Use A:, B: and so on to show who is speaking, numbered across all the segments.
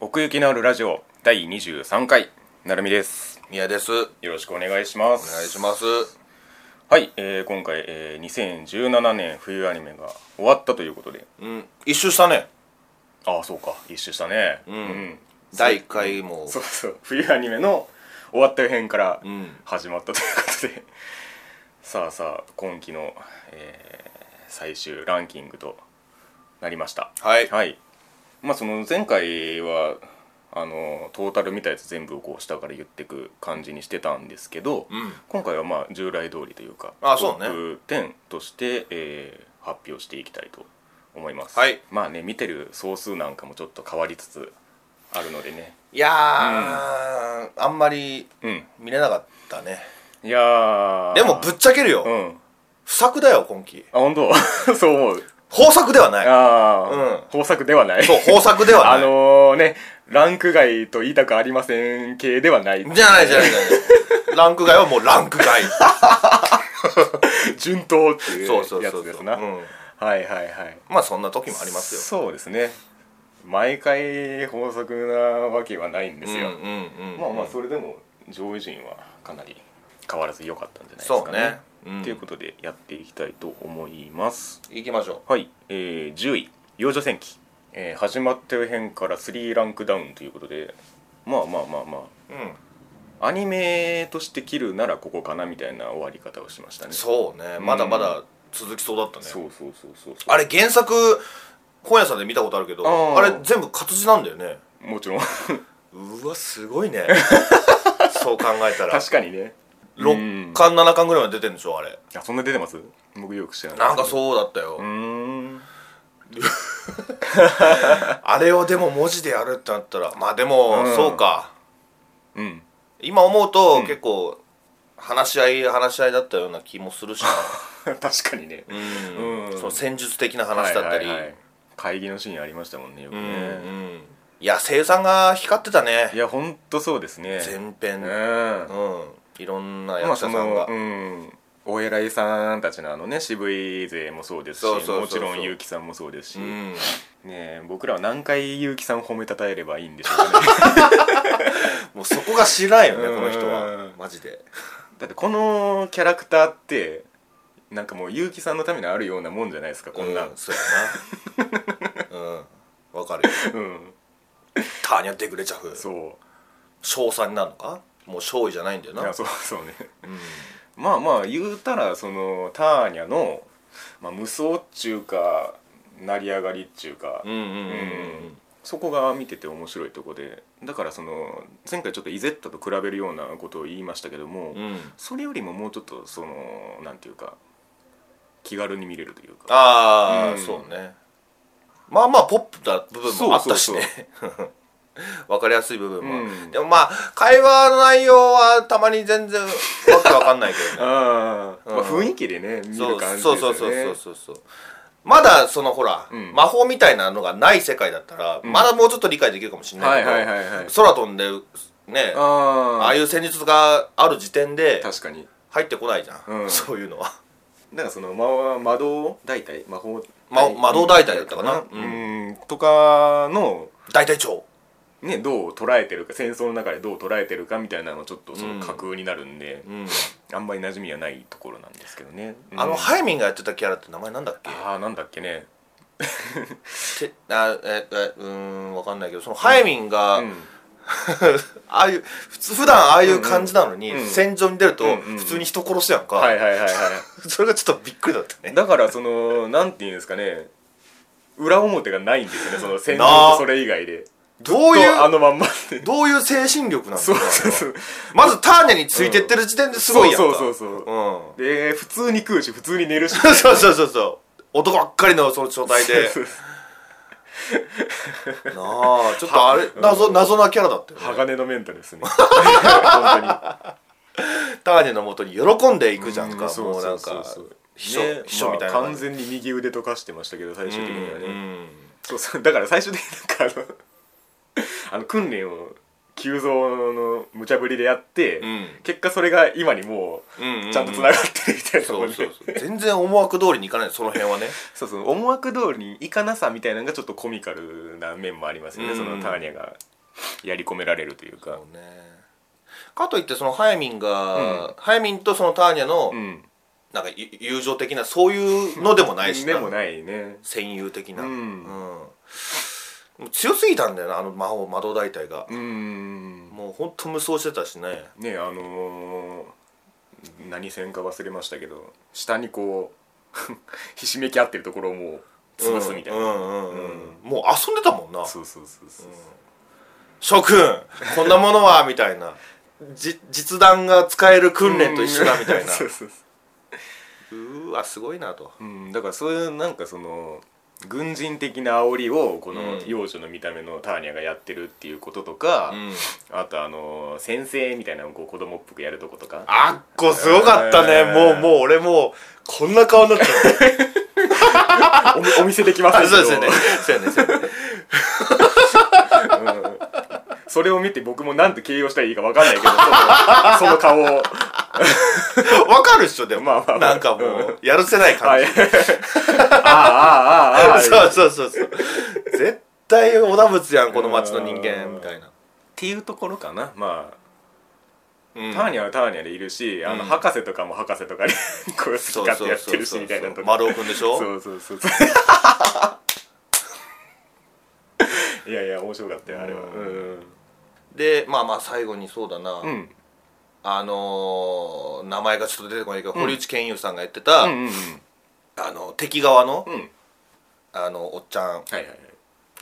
A: 奥行きのあるラジオ第23回なるみです
B: 宮です。お
A: よろしくお願いします
B: 願いします。
A: はい、えー今回、えー2017年冬アニメが終わったということで
B: うん、一周したね。
A: ああそうか一周したねうん、
B: 第1回も。
A: そうそう冬アニメの終わった編から
B: うん
A: 始まったということで、 さあさあ今期の、えー最終ランキングとなりました
B: はい。
A: はいまあその前回はあのトータル見たやつ全部をこう下から言ってく感じにしてたんですけど、
B: うん。
A: 今回はまあ従来通りというか
B: あそうね
A: トップ10として、えー発表していきたいと思います
B: はい
A: まあね見てる総数なんかもちょっと変わりつつあるのでね
B: いやー、あんまり
A: うん
B: 見れなかったね。
A: いやー
B: でもぶっちゃけるよ。
A: うんあ
B: 不作だよ、今期。
A: 本当 そう思う
B: 豊作ではない。
A: ああ、
B: うん
A: 豊作ではない
B: そう、豊作では
A: あ
B: ない。
A: のねランク外と言いたくありません系ではない
B: じゃないじゃないじゃ ない。ランク外はもうランク外。
A: 順当ってい
B: そうそうう
A: やつ
B: そう
A: で
B: そ
A: す
B: う。うん
A: な、はいはいはい
B: まあそんな時もありますよ。
A: そうですね毎回豊作なわけはないんですよ、
B: うんうんうん。
A: まあまあそれでも上位陣はかなり変わらず良かったんじゃないです
B: そう
A: かね
B: ね。うん
A: ということでやっていきたいと思います
B: 行きましょ
A: はい、えー10位幼女戦記、えー始まってる編から3ランクダウンということでまあまあまあま
B: う。うん。
A: あアニメとして切るならここかなみたいな終わり方をしましたね
B: そうね。まだまだ続きそうだったね。
A: そうそうそうそうそう
B: あれ原作本屋さんで見たことあるけど
A: あ
B: あ
A: ー
B: れ全部活字なんだよね
A: もちろん
B: うわすごいね そう考えたら
A: 確かにね
B: 6巻7巻ぐらいまで出てるんでしょあれ
A: あそんな出てます僕よく知らない
B: なんか
A: う
B: そうだったよ
A: うーん
B: あれをでも文字でやるってなったらまあでも
A: うん
B: そうか
A: うん
B: 今思うと結構話し合い話し合いだったような気もするしな
A: 確かにね
B: うん
A: うん
B: その戦術的な話だったり
A: はいはいはい会議のシーンありましたもんねよく
B: う
A: ね、
B: んうんいや生産が光ってたね
A: いやほんとそうですね
B: 全編
A: うん
B: うん
A: ま
B: いろんな
A: あ
B: 役
A: そ
B: 者さん
A: の
B: が
A: うんお偉いさんたちのあのね渋い勢もそうですし
B: そうそうそうそう
A: もちろん結城さんもそうですし、
B: う
A: ね
B: ん
A: え僕らは何回結城さんを褒めたたえればいいんでしょうか ね
B: もうそこが知らんよね
A: うん
B: この人はマジで
A: だってこのキャラクターってなんかもう結城さんのためにあるようなもんじゃないですかこんな
B: うそうやな うんわかるよ
A: うん、
B: ターニャ・デグレチャフ
A: そう
B: 賞賛になるのかもう勝位じゃないんだよ
A: い
B: な
A: やそうそうね
B: うん
A: まあまあ言うたらそのターニャの、まあ、無双っちゅうか成り上がりっちゅうか、
B: うんうんうんう
A: うん
B: ん
A: そこが見てて面白いとこでだからその前回ちょっとイゼッタと比べるようなことを言いましたけども、
B: うん
A: それよりももうちょっとそのなんていうか気軽に見れるというか
B: あ
A: う
B: あ
A: ん
B: そうねまあまあポップな部分もあったしね
A: そう
B: わかりやすい部分も、
A: うん
B: でもまあ会話の内容はたまに全然わけわかんないけどね
A: あー、まあ、
B: うん
A: 雰囲気でね 見
B: そ
A: る
B: う
A: 感じです
B: そ
A: よ
B: う
A: ね
B: そうそうそうそうそうまだそのほら、
A: うん
B: 魔法みたいなのがない世界だったら、まだもうちょっと理解できるかもしれな
A: はいい
B: けど、
A: はいはいはい
B: 空飛んでねあ
A: あ
B: あ
A: あ
B: いう戦術がある時点で
A: 確かに
B: 入ってこないじゃん、
A: うん
B: そういうのは
A: なんかその魔魔導大体魔法
B: ま魔導大隊だったかな
A: うん、うんとかの、
B: 大体超
A: ね、どう捉えてるか戦争の中でどう捉えてるかみたいなのはちょっとその架空になるんで、あんまり馴染みはないところなんですけどね、うん
B: あのハイミンがやってたキャラって名前なんだっけ
A: あーなんだっけね
B: てあええうーんわかんないけどそのハイミンが、
A: うん
B: ああいう普通普段ああいう感じなのに、
A: うんうん
B: 戦場に出ると、
A: うんうんうん
B: 普通に人殺すやんか、
A: はいはいはいは
B: それがちょっとびっくりだったね
A: いだからそのなんていうんですかね裏表がないんですよねその戦場とそれ以外で
B: どういう
A: とあのまんまで
B: どういう精神力なんだ
A: そ
B: ろ
A: う
B: う
A: そうそう
B: まずターネについてってる時点ですごいやんか、
A: そうそうそうそう
B: う
A: で普通に食うし普通に寝るし
B: ん そうそうそうそう男ばっかりのその状 態で
A: そうそう
B: なあちょっとあれ謎謎なキャラだったよ、ね、
A: 鋼のメンタルですね本当に
B: ターネのもとに喜んでいくじゃんか、
A: そう
B: もうなん
A: そ
B: か
A: そそう
B: 秘書、
A: ね
B: 秘書みたいな
A: まあ完
B: 感じ、
A: 全に右腕と化してましたけど最終的にはね、
B: うん
A: そうそうだから最終的になんかあのあの訓練を急増の無茶ぶりでやって、
B: うん
A: 結果それが今にも
B: うんうん
A: うちゃんとつながってるみたいなとこ
B: そ
A: ろ
B: う
A: で
B: そうそう全然思惑通りにいかないその辺はね
A: そうそう思惑通りにいかなさみたいなのがちょっとコミカルな面もありますよね、
B: うん
A: そのターニャがやり込められるというか
B: そうねかといってそのハヤミン
A: う
B: が、ハヤミンとそのターニャの、
A: うん
B: なんかゆ友情的なそういうのでもないし
A: でもないね
B: 戦友的な、
A: うん
B: うん強すぎたんだよなあの魔法魔導大隊が、
A: うん
B: もうほんと無双してたしね
A: ねあのー何戦か忘れましたけど下にこう ひしめき合ってるところをもう潰すみたいな、
B: うんうんうんうんもう遊んでたもんな
A: そうそうそうそう、
B: 諸君こんなものはみたいなじ実弾が使える訓練と一緒だみたいな
A: そうそうそう
B: ーわすごいなと
A: う、うん、だからそういうなんかその軍人的な煽りをこの
B: うん
A: 幼女の見た目のターニャがやってるっていうこととか、あとあの先生みたいなのをこう子供っぽくやるとことか
B: あっこすごかったね、
A: えー
B: もうもう俺もうこんな顔になっちゃう
A: おお見せでき ません
B: あ
A: けど
B: そうですよね そうやねそうやね
A: それを見て僕もなんて形容したらいいかわかんないけどそのその顔を
B: わかるっしょでも、
A: まあまあまあ
B: なんかもうやるせない
A: あ
B: 感
A: い
B: じ
A: やああああああ
B: そうそうそうそう絶対小田仏やんこの町の人間みたいな、
A: っていうところかなまあ
B: うん
A: ターニャはターニャでいるし、あ
B: う
A: の
B: ん
A: 博士とかも博士とかに こう好き勝手やってる しみたいなとこ
B: 丸尾くんでしょ
A: そうそうそう いやいや面白かったよあれは
B: う
A: うん
B: でまあまあ最後にそうだな、
A: うん
B: あのー名前がちょっと出てこないけど、堀内健雄さんがやってた、
A: うんうん
B: あの敵側の、
A: うんうん
B: あのおっちゃん
A: はいはいはい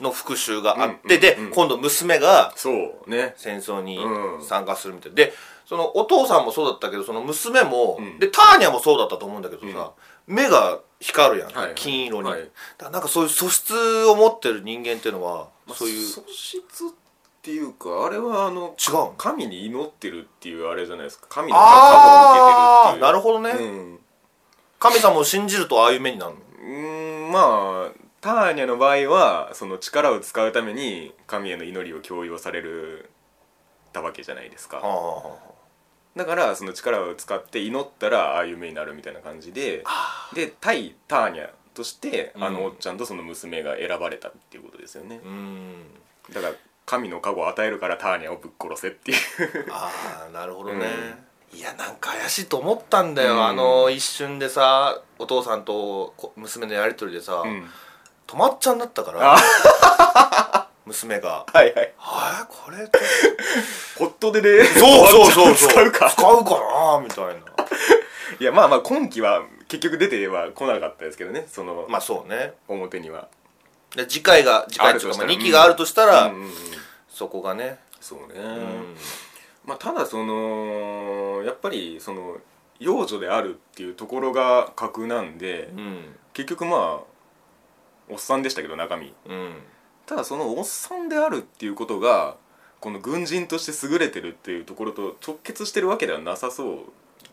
B: の復讐があっ
A: う
B: て、
A: んうん
B: で、
A: うん
B: 今度娘が
A: そうね
B: 戦争に
A: うん
B: 参加するみたいでそのお父さんもそうだったけどその娘も、
A: ん
B: でターニャもそうだったと思うんだけどさ、目が光るやん、
A: はいはい
B: 金色に、
A: はい
B: だからなんかそういう素質を持ってる人間っていうのは、そういう
A: 素質っていうかあれはあの
B: 違うん
A: 神に祈ってるっていうあれじゃないですか神のカバーを
B: あ
A: 受けてるってい
B: あ
A: う
B: なるほどね、
A: うん
B: 神様を信じるとああいう目になるの
A: うーんまあターニャの場合はその力を使うために神への祈りを強要されるたわけじゃないですか
B: あ
A: だからその力を使って祈ったらああいう目になるみたいな感じでで対ターニャとしてあ
B: うん
A: のおっちゃんとその娘が選ばれたっていうことですよね
B: ーうん
A: だから神の加護を与えるからターニャをぶっ殺せっていう
B: ああなるほどね、いやなんか怪しいと思ったんだよ、
A: うん
B: あの一瞬でさお父さんとこ娘のやり取りでさ、
A: うん
B: 止まっちゃんだったから
A: あ
B: 娘が
A: はいはい
B: 「あこれって
A: ホットでね
B: そうそうそうそう
A: 使うか
B: 使うかな」みたいな
A: いやまあまあ今期は結局出ては来なかったですけどねその、
B: まあそうね
A: 表には
B: で次回が次回っていうかま
A: あ
B: あ
A: るとしたら
B: 2期があるとしたら、
A: うんうんうん
B: そこがね
A: そうね、
B: うん
A: まあただそのやっぱりその幼女であるっていうところが格なんで、
B: うん
A: 結局まあおっさんでしたけど中身
B: うん
A: ただそのおっさんであるっていうことがこの軍人として優れてるっていうところと直結してるわけではなさそう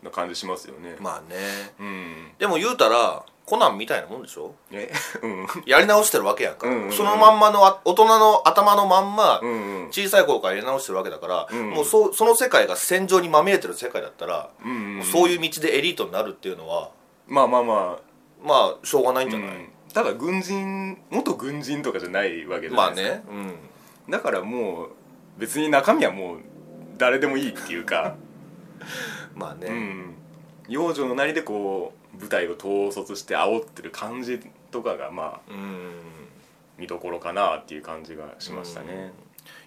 A: な感じしますよね、
B: まあね
A: うん
B: でも言うたらコナンみたいなもんでしょ
A: え うん
B: やり直してるわけやんか、
A: うんうんうん
B: そのまんまのあ大人の頭のまんま
A: うんうん
B: 小さい頃からやり直してるわけだから、
A: うん
B: もうそその世界が戦場にまみれてる世界だったら、
A: うん
B: も
A: ん
B: うそういう道でエリートになるっていうのは
A: まあまあまあ
B: まあしょうがないんじゃない、
A: うんただ軍人元軍人とかじゃないわけじゃ
B: ま
A: な
B: あ
A: いですか、
B: ね、うん、
A: だからもう別に中身はもう誰でもいいっていう か、
B: まあね、
A: うん、幼女のなりでこう舞台を統率して煽ってる感じとかがまあ
B: うん
A: 見どころかなっていう感じがしましたね、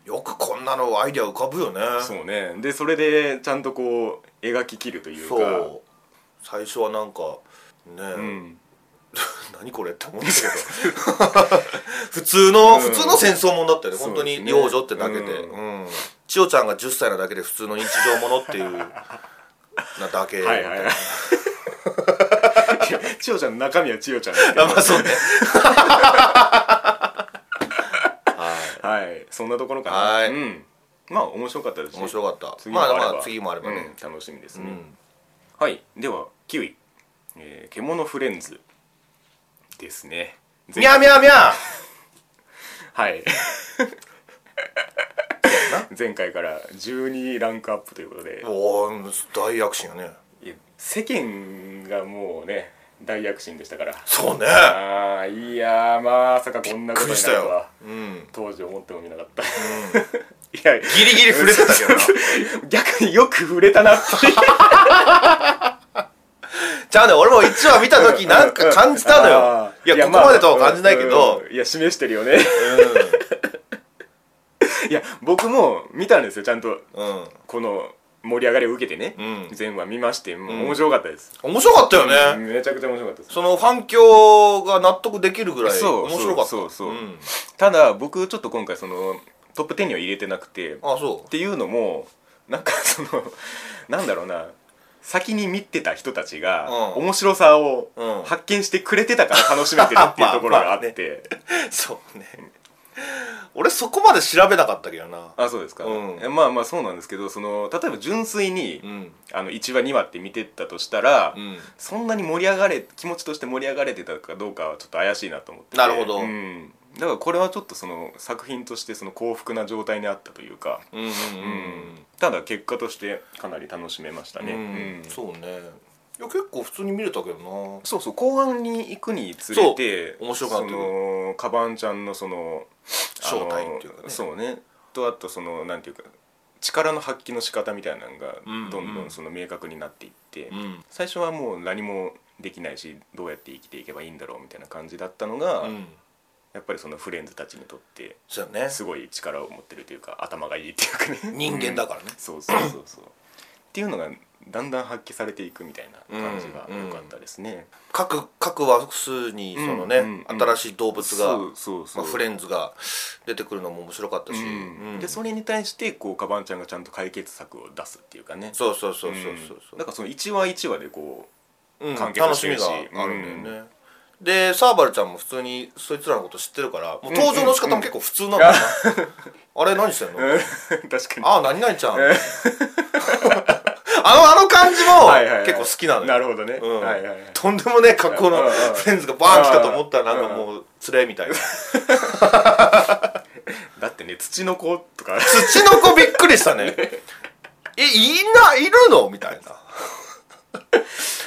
B: よくこんなのアイデア浮かぶよね
A: そうねでそれでちゃんとこう描ききるというか
B: そう最初はなんかね、
A: うん、
B: 何これって思ったけど 普通の、
A: うん
B: 普通の戦争もんだったよね
A: そう
B: 本
A: です
B: 当
A: ね
B: に幼女ってだけで、
A: う
B: うん千代ちゃんが10歳なだけで普通の日常ものっていうなだけ
A: はいはいはい いや千代ちゃんの中身は千代ちゃん ですけど
B: あまあそうねは
A: はいそんなところかな
B: はい
A: うん、まあ面白かったです
B: い
A: し
B: 面白かった
A: 次
B: ま
A: もあ
B: あ
A: れば、
B: まあ次もあればね、
A: うん楽しみです
B: う
A: ね、
B: ん
A: はいでは9位、えー獣フレンズ」ですね
B: みゃみゃみゃ
A: はい前回から12ランクアップということで
B: おー大躍進やね
A: いや世間がもうね大躍進でしたから
B: そうね
A: あーいやーまさかこんなことに
B: びっくりし
A: な
B: た
A: ると
B: よ
A: は、
B: うん、
A: 当時思ってもみなかった、 いや
B: ギリギリ触れてたけ どな
A: 逆によく触れたなっていう
B: じゃあね俺も1話見た時なんか感じたのよ
A: あー
B: いやここまでとは感じないけ
A: まあ
B: ど
A: うんうんいや示してるよねいや僕も見たんですよちゃんと
B: うん、うん
A: この盛り上がりを受けてね、
B: うん
A: 全話見ましてもう面白かったです、
B: 面白かったよね、
A: めちゃくちゃ面白かったです
B: その反響が納得できるぐらい
A: そう
B: 面白かった
A: そうそうそうんただ僕ちょっと今回そのトップ10には入れてなくて
B: あそ
A: っていうのもなんかその なんだろうな先に見てた人たちが
B: うん
A: 面白さを
B: うん
A: 発見してくれてたから楽しめてるっていうところがあっ
B: まあ
A: て
B: うそうね俺そこまで調べなかったけどな
A: あそうですか、
B: うん
A: えまあまあそうなんですけどその例えば純粋に、
B: うん
A: あの1話2話って見てったとしたら、
B: うん
A: そんなに盛り上がれ気持ちとして盛り上がれてたかどうかはちょっと怪しいなと思ってて
B: なるほど
A: うん、だからこれはちょっとその作品としてその幸福な状態にあったというか、
B: うんうん
A: うんただ結果としてかなり楽しめました
B: うん
A: ね、
B: うん
A: うん
B: そうねいや結構普通に見れたけどな
A: そうそう後半に行くにつれて
B: そう面白かったけ
A: そ
B: ど
A: のカバンちゃんのそのあの
B: 正体っていうかね
A: そうねとあとそのなんていうか力の発揮の仕方みたいなのが
B: うんうん
A: どんどんその明確になっていって、
B: ん
A: 最初はもう何もできないしどうやって生きていけばいいんだろうみたいな感じだったのが、
B: うん
A: やっぱりそのフレンズたちにとって
B: そうやね
A: すごい力を持ってるというか頭がいいっていうかね
B: 人間だからね
A: そうそうそうそうっていうのがだんだん発揮されていくみたいな感じが良かったですね、
B: 各各枠数にその
A: うん
B: ね
A: うんうん
B: 新しい動物が
A: そうそうそう
B: まあフレンズが出てくるのも面白かったしうん
A: でそれに対してこうカバンちゃんがちゃんと解決策を出すっていうかね
B: そうそうそうそうそうそ
A: んだからその一話一話でこ
B: うん
A: 完
B: 楽
A: 結し
B: してみ
A: るし
B: があるんだよねでサーバルちゃんも普通にそいつらのこと知ってるからもう登場の仕方も結構普通なんだ よなあれ何してんの
A: う 確かに
B: ああ何々ちゃんあのあの感じ
A: はいはいは
B: も
A: い
B: 結構好きなのよ
A: なるほどね、
B: うん
A: はいはいはい
B: とんでもねえ格好
A: うん
B: の
A: うん
B: フレンズがバーン来たと思ったらなんかもうつれみたいな
A: だってね土の子とか
B: 土の子びっくりした ねえいないるのみたいな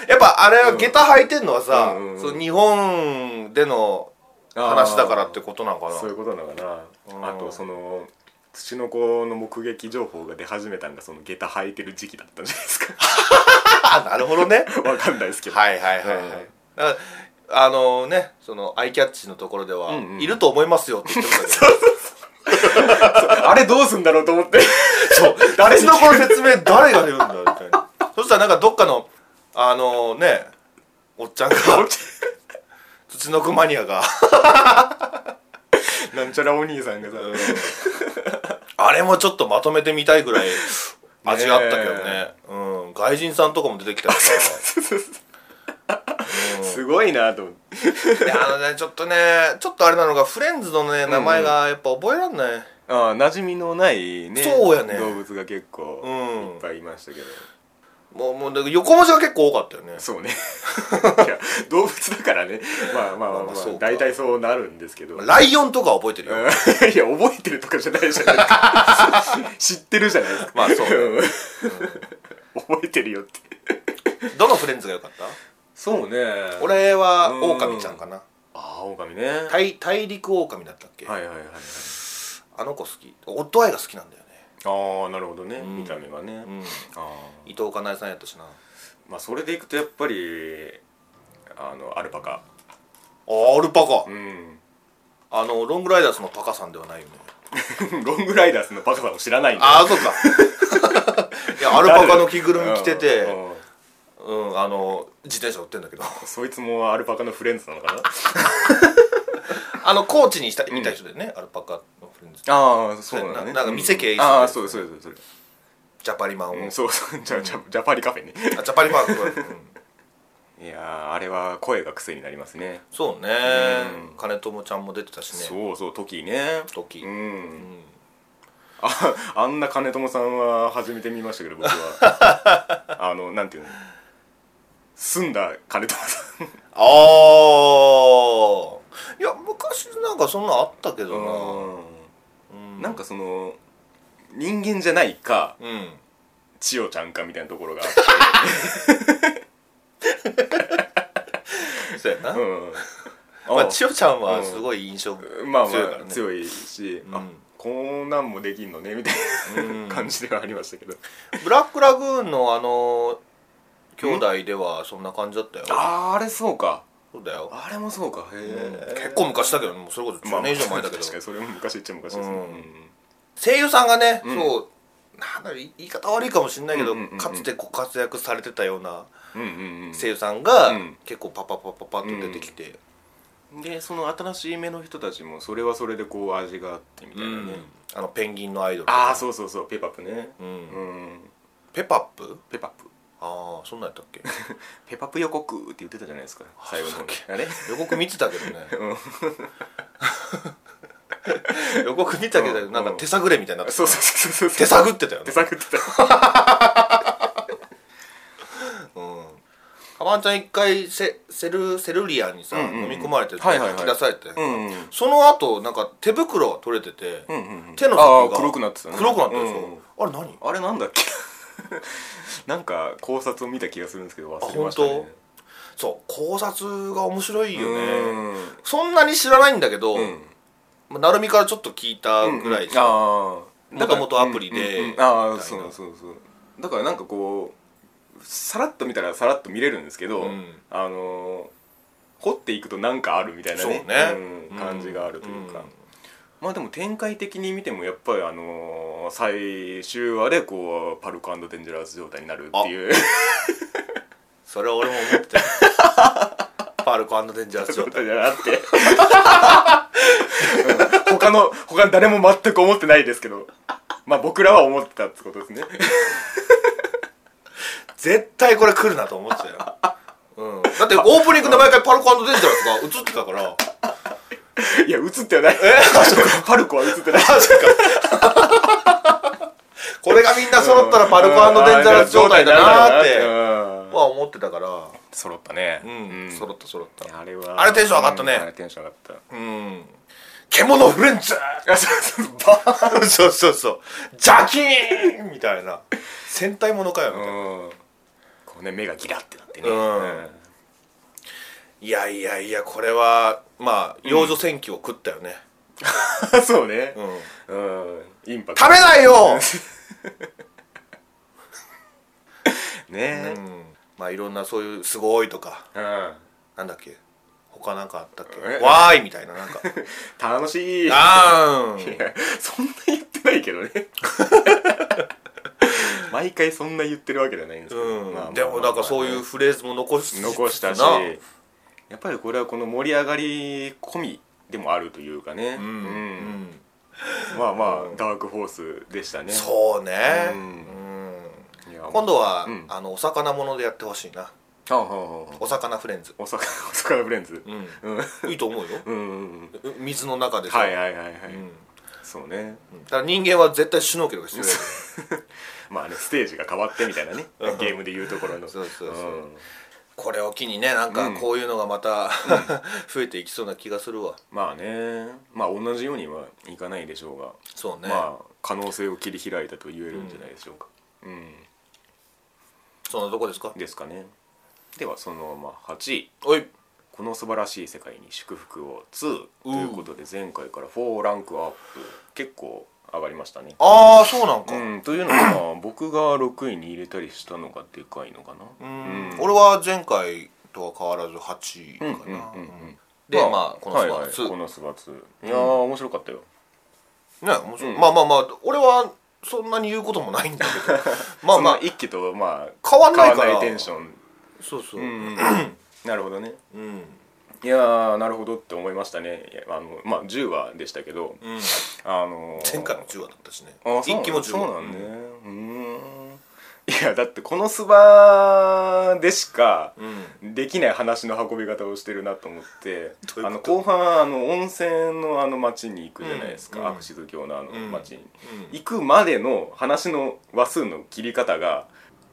B: やっぱあれは下駄履いてんのはさ、
A: うんうんうん
B: その日本での 話だからってことなのかな
A: そういうことなのかなあとその土の子の目撃情報が出始めたのがその下駄履いてる時期だったんじゃないですか
B: あなるほどね
A: わかんないですけど
B: はいはいはいはい、だからあのねそのアイキャッチのところでは、
A: うんうん
B: いると思いますよって言ってましたけど
A: あれどうすんだろうと思って
B: そう誰 のこの説明誰が言うんだみたい なそしたらなんかどっかのあのねおっちゃん が土の子マニアが
A: なんちゃらお兄さんがさ、
B: あれもちょっとまとめてみたいぐ らい味があったけどねうん、外人さんとかも出てきたりさ
A: すごいなと思って
B: であのねちょっとねちょっとあれなのがフレンズのね名前がやっぱ覚えらんない、
A: ああ馴染みのないね
B: そうやね
A: 動物が結構
B: うん
A: いっぱいいましたけど、
B: もうもうだから横文字が結構多かったよね
A: そうね いや動物だからねまあまあまあ、
B: まあま
A: ま
B: あ
A: あ
B: そうか
A: 大体そうなるんですけど、うんいや
B: ライオンとかは覚えてるよ、
A: 覚えてるとかじゃないじゃないですか 知ってるじゃないですか
B: まあそうね
A: ん覚えてるよって
B: どのフレンズが良かった
A: そうね俺
B: 俺はオオカミちゃんかな
A: ああオオカミねはい
B: 大大陸オオカミだったっけ、
A: はいはいはい
B: あの子好きオッドアイが好きなんだよね、
A: ああなるほどね、
B: ん
A: 見た目はね、
B: うん、
A: ああ
B: 伊藤かなえさんやったしな
A: まあそれでいくとやっぱりあのアルパカ
B: あアルパカ
A: うん
B: あのロングライダースのパカさんではないよね
A: ロングライダースのパカさんを知らないんだ
B: ああそっか いやアルパカの着ぐるみ着てて
A: うんうん
B: うんあの自転車売ってんだけど
A: そいつもアルパカのフレンズなのかな
B: あのコーチにした見た人でね、アルパカのフレンズ
A: ああ
B: そうだねなんか店系
A: ああそうそうそうそう
B: ジャパリマンを、
A: うん
B: あ
A: そうそうじゃあじゃあジャパリカフェね
B: ジャパ リマンごめんうん
A: いやーあれは声が癖になりますね
B: そうね、
A: うん
B: 金友ちゃんも出てたしね
A: そうそうトキね
B: トキ
A: うん、
B: ん
A: ああんな金友さんは初めて見ましたけど僕は あのなんていうの澄んだ金友さん
B: ああいや昔なんかそんなあったけどな
A: うんなんかその人間じゃないか
B: うん
A: 千代ちゃんかみたいなところがあっ
B: そうやな、
A: て、うん
B: まあ千代ちゃんはすごい印象、
A: まあ
B: 強いか
A: ま
B: ら
A: あ
B: ね
A: 強いし、
B: うん
A: あこんなんもできんのねみたい
B: うん
A: な感じではありましたけど、
B: ブラックラグーンのあの兄弟ではそんな感じだったよ
A: あーあれそうか
B: そうだよ、
A: あれもそうか
B: うん
A: へえ
B: 結構昔だけどもうそれこそ
A: まあ
B: 10年以上前だけど、
A: 確かにそれも昔っちゃ昔ですね、
B: うん
A: うん
B: 声優さんがね、
A: うん
B: そうなんだろう言い方悪いかもしれないけど、
A: うんうんうんうん
B: かつてご活躍されてたような
A: うんうん
B: 声優さんが、
A: うん
B: 結構パパパパパッと出てきて、
A: うん、でその新しい目の人たちもそれはそれでこう味があってみたいなね、
B: うんあのペンギンのアイドルとか
A: ああそうそうそうペパップね
B: う、ん
A: うん、
B: ペパップ
A: ペパップ
B: ああそんなんやったっけ
A: ペパップ予告って言ってたじゃないですか最後の方にあれ
B: 予告見てたけ どね、 予告見てたけど、
A: うん
B: なんか手探れみたいになってた
A: そうそうそうそう
B: 手探ってたよ
A: 手
B: ね
A: 探ってた
B: うんカバンちゃん一回セセルセルリアにさ、
A: うんうんうん
B: 飲み込まれてて、
A: はいはいはい
B: 吐き出されて、
A: うんうん
B: その後なんか手袋が取れてて、
A: うんうんうん
B: 手の先
A: あー
B: が
A: 黒くなってたね
B: 黒くなったでしょ、
A: うん
B: あれ何
A: あれなんだっけ なんか考察を見た気がするんですけど忘れました
B: あ
A: ね
B: 本そう考察が面白いよ
A: う
B: ね
A: ん
B: そんなに知らないんだけど、
A: うん
B: まあ、なるみからちょっと聞いたぐらいしか、
A: ああ
B: もともとアプリで
A: うんうんうんあ
B: み
A: あ
B: たい
A: そ
B: な
A: うそうそうだからなんかこうさらっと見たらさらっと見れるんですけど、
B: うん
A: あのー掘っていくとなんかあるみたいなね
B: そうね
A: うん
B: うん
A: 感じがあるというか、
B: うん
A: まあでも展開的に見てもやっぱりあのー最終話でこうパルコデンジャラス状態になるっていう
B: それは俺も思ってるパルコデンジャース
A: 状
B: 状
A: 態
B: 態
A: じゃなくて うん他の他誰も全く思ってないですけどまあ僕らは思ってたってことですね
B: 絶対これ来るなと思ってたよ、うん、だってオープニングで毎回パルコデンジャースが映ってたから
A: いや、映ってはない。パルコは映ってない。
B: これがみんな揃ったらパルコデンジャラス状態だなーって
A: うん
B: は思ってたから
A: 揃ったね。
B: うん、揃った揃った
A: あれは。
B: あれテンション上がったね
A: うんあれテンション上がっ
B: うん獣フレンチ
A: た。あそうそうバ
B: そうそうそう邪キーンみたいな戦隊ものかよみたいな、
A: ーンこうね、目がギラってなってね。
B: う
A: うんん
B: いやいやいやこれはまあ幼女戦記を食ったよね、
A: そうね
B: う。ん
A: うん。インパクト
B: 食べないよ、
A: ね。
B: うん、まあいろんなそういう「すごい」とか
A: うん。
B: なんだっけ他なんかあったっけ
A: え
B: 「わーい」みたい ななんか
A: 楽しい。いや
B: あーん
A: そんな言ってないけどね。 毎回そんな言ってるわけじゃないんですけどまあまあまあま
B: う
A: あ
B: ん、でもなんかそういうフレーズも残しつつ
A: 残したし
B: な
A: やっぱりこれはこの盛り上がり込みでもあるというかね、
B: うん、
A: う
B: うんん
A: まあまあダークホースでしたね
B: そうね、
A: う
B: うんん
A: いや
B: 今度は、
A: うん
B: あのお魚ものでやってほしいな
A: あはあはあ
B: お魚フレンズ、
A: お魚お魚フレンズ
B: うん
A: うんうん
B: いいと思うよ
A: うんうん
B: う水の中でさ、
A: はいはいはいはい、
B: うん
A: そうね
B: うんだから人間は絶対シュノーケルが必要だよ
A: まあねステージが変わってみたいなねゲームでいうところの
B: そうそうそうんこれを機にねなん
A: う
B: か
A: ん
B: こういうのがまた、 増えていきそうな気がするわ
A: まあねまあ同じようにはいかないでしょうが、
B: そうね、
A: まあ可能性を切り開いたと言えるんじゃないでしょうかうん
B: そんなとこですか
A: ですかねではそのまま8位
B: おい
A: 「この素晴らしい世界に祝福を2」ということで前回から4ランクアップ結構上がりましたね
B: ああそうなんか、
A: うんというの は僕が6位に入れたりしたのがでかいのかな
B: うん俺は前回とは変わらず8位かな、
A: うんうんうんうん
B: でまあ、このスバツ、
A: はいはいこのスバツいやー面白かったよ
B: ね面白い、
A: うん
B: まあまあまあ俺はそんなに言うこともないんだ けどま
A: ま
B: あ
A: あま
B: ま
A: あ
B: あ
A: 一期とまあ
B: 変わん
A: 変
B: ない
A: わ
B: から
A: らないテンション
B: そうそう、
A: うんなるほどね
B: うん
A: いやーなるほどって思いましたねいやあのまあ10話でしたけど
B: うん
A: あのー
B: 前回も10話だったしね
A: あそう
B: 一気も10
A: そう
B: 話
A: なんねうーんいやだってこのスバでしか
B: うん、うん
A: できない話の運び方をしてるなと思って
B: どういうこと
A: あの後半あの温泉のあの町に行くじゃないですか、
B: うんうん
A: アクシズ教のあの
B: うん
A: 町に、行くまでの話の話数の切り方が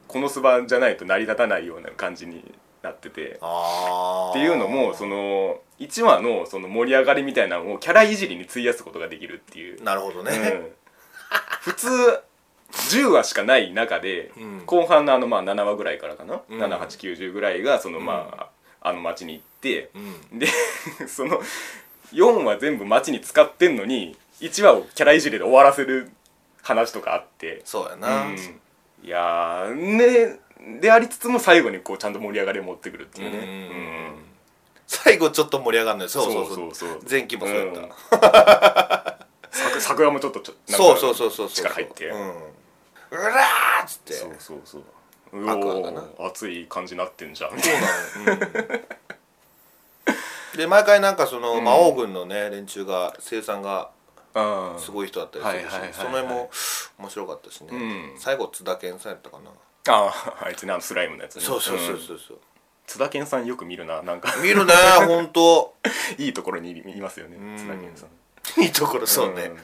A: このスバじゃないと成り立たないような感じになってて
B: ああ
A: っていうのもその1話のその盛り上がりみたいなのをキャラいじりに費やすことができるっていう
B: なるほどね、
A: うん普通10話しかない中で、
B: うん
A: 後半のあのまあ7話ぐらいからかな、
B: ん
A: 7890ぐらいがそのまあ、あの町に行って
B: う、ん
A: でその4話全部町に使ってんのに1話をキャラいじりで終わらせる話とかあって
B: そうや
A: う
B: な、
A: ん、いやーねでありつつも最後にこうちゃんと盛り上がりを持ってくるっていうね、
B: うん
A: うん
B: 最後ちょっと盛り上がるのよそうそうそ
A: そ
B: う
A: うそうそう
B: 前期もそうやった、
A: うん 桜桜もちょっとちょなんか
B: そうそうそうそうそう
A: 力入って
B: うん、うらーっつって
A: そうそうそうう
B: アクア
A: お
B: だな
A: ー熱い感じになってんじゃん
B: そうなの、うん、で毎回なんかその、魔王軍のね連中が生産が
A: あ
B: す
A: ー
B: ごい人だったりするし、
A: はいはいはいはい
B: その辺も面白かったしね、
A: うん
B: 最後津田健さんやったかな、
A: あーあいつねあのスライムのやつね
B: そうそうそうんそうそう、
A: 津田健さんよく見るななんか
B: 見るね 本当
A: いいところにいいますよね津田健さん
B: いいところそうね、
A: ん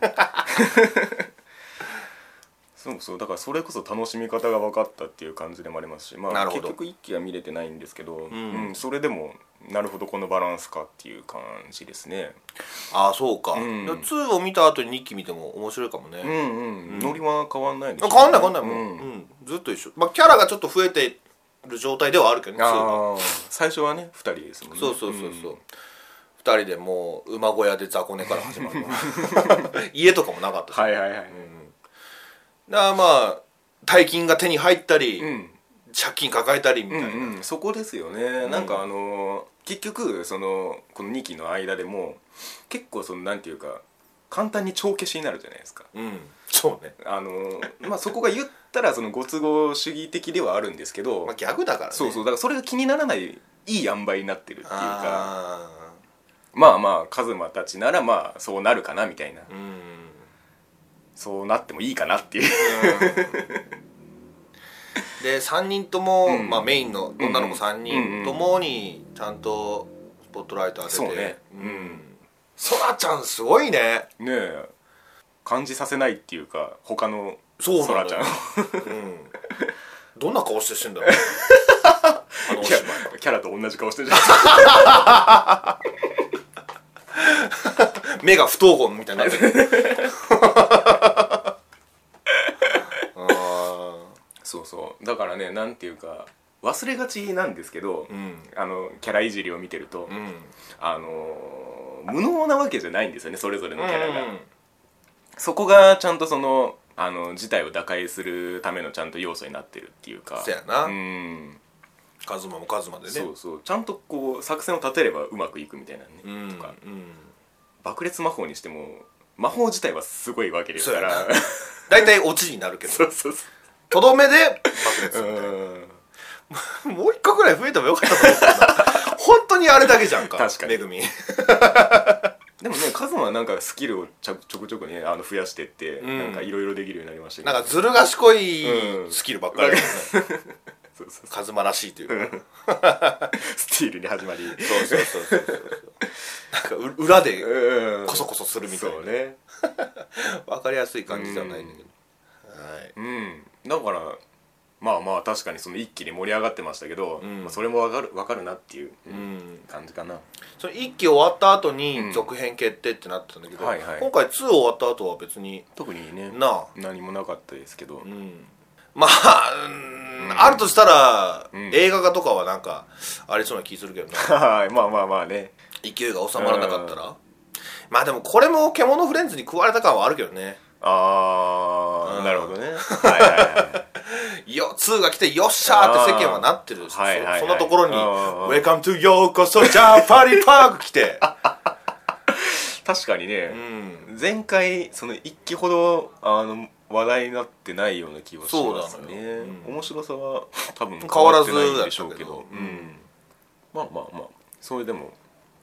A: そうそうだからそれこそ楽しみ方が分かったっていう感じでもありますし、ま
B: な
A: あ、
B: るほ
A: 結
B: ど
A: 局一期は見れてないんですけど、うんんそれでもなるほどこのバランスかっていう感じですね
B: ああそうか、
A: ん
B: で2を見た後に2期見ても面白いかもね、
A: うんうん、ノリは変わんないで
B: あ変わんない変わんないもう、
A: う
B: うん
A: ん
B: ずっと一緒、まあ、キャラがちょっと増えてる状態ではあるけどね2は
A: あー最初はね2人ですもんね
B: そうそうそうそう、
A: ん
B: 二人でもう馬小屋で雑魚寝から始まるの 家とかもなかったし、
A: はいはいはい、
B: だからまあ大金が手に入ったり、
A: うん
B: 借金抱えたりみた
A: う
B: い
A: ん
B: な、
A: うん、そこですよね、なんかあのー結局そのこの2期の間でも結構そのなんていうか簡単に帳消しになるじゃないですか
B: うんそうね、
A: あのまあそこが言ったらそのご都合主義的ではあるんですけど、
B: まあ、ギャグだからね
A: そうそうだ
B: う
A: からそれが気にならないいい塩梅になってるっていうか
B: あ
A: まあまあカズマたちならまあそうなるかなみたいな
B: あうん
A: そうなってもいいかなっていう
B: で3人とも、
A: うん
B: まあ、メインの女の子
A: う
B: 3
A: んう
B: 人
A: ん
B: ともにちゃんとスポットライト当てて
A: そうね
B: う
A: うんん
B: そらちゃんすごいね
A: ねえ感じさせないっていうか他の
B: そうなん
A: そら
B: だ
A: ちゃんを
B: うんどんな顔してして んだろうあのお
A: キャ
B: 芝居
A: ラキャラと同じ顔してるじゃ
B: 目が不等言みたいになってる あ
A: そうそうだからねなんていうか忘れがちなんですけど、
B: ーうん
A: あのキャラいじりを見てると、
B: うん
A: あの無能なわけじゃないんですよねそれぞれのキャラが、
B: うん
A: そこがちゃんとそのあの事態を打開するためのちゃんと要素になってるっていうか
B: そやな
A: うん、
B: カズマもカズマでね
A: そうそうちゃんとこう作戦を立てればうまくいくみたいなね、
B: うん
A: とか
B: うん
A: 爆裂魔法にしても魔法自体はすごいわけですから
B: そうやな大体オチになるけど
A: そうそうそ
B: とどめで爆裂
A: う
B: みたいな
A: うん
B: もう一個ぐらい増えてもよかったと思うけどな本当にあれだけじゃんか
A: 確かに
B: めぐみ
A: でもねカズマはなんかスキルをちゃちょくちょくねあの増やしてって、
B: うん
A: なんかいろいろできるようになりましたけ
B: な
A: ど
B: んかずる賢い
A: うん
B: スキルばっかりだよね、
A: そうそう
B: カズマらしいというか、
A: スティールに始まり
B: そうそうそうそうそうそうなんかう裏で
A: うん
B: コソコソするみたいな
A: そうね
B: 分かりやすい感じではないんだけど、はい
A: うんだからまあまあ確かにその一気に盛り上がってましたけど、
B: うん
A: まあ、それもわかるわかるなっていう
B: うん
A: 感じかな、
B: その1期終わった後
A: う
B: に
A: ん
B: 続編決定ってなってたんだけど、
A: はいはい
B: 今回2終わった後は別に
A: 特にね
B: なあ
A: 何もなかったですけど、
B: うんまあ、うんあるとしたら、
A: うん
B: 映画化とかはなんかありそうな気するけ どな
A: はいまあまあまあね
B: 勢いが収まらなかったらまあでもこれも獣フレンズに食われた感はあるけどね
A: あ
B: う
A: あ
B: ん
A: なるほどねはいはいはい
B: よ2が来てよっしゃーって世間はなってる
A: あーはいはいはい
B: そそんなところに
A: う
B: 「
A: んうんうん
B: Welcome to ようこそジャパリパーク」来て、
A: 確かに
B: う
A: ね、
B: ん、
A: 前回その一期ほどあの話題になってないような気はします
B: そうな
A: ね
B: の、ようん
A: 面白さは多分
B: 変わらず
A: 変わってないんでしょうけ
B: だ
A: ど
B: ったけ
A: う
B: ど
A: ん、まあまあまあそれでも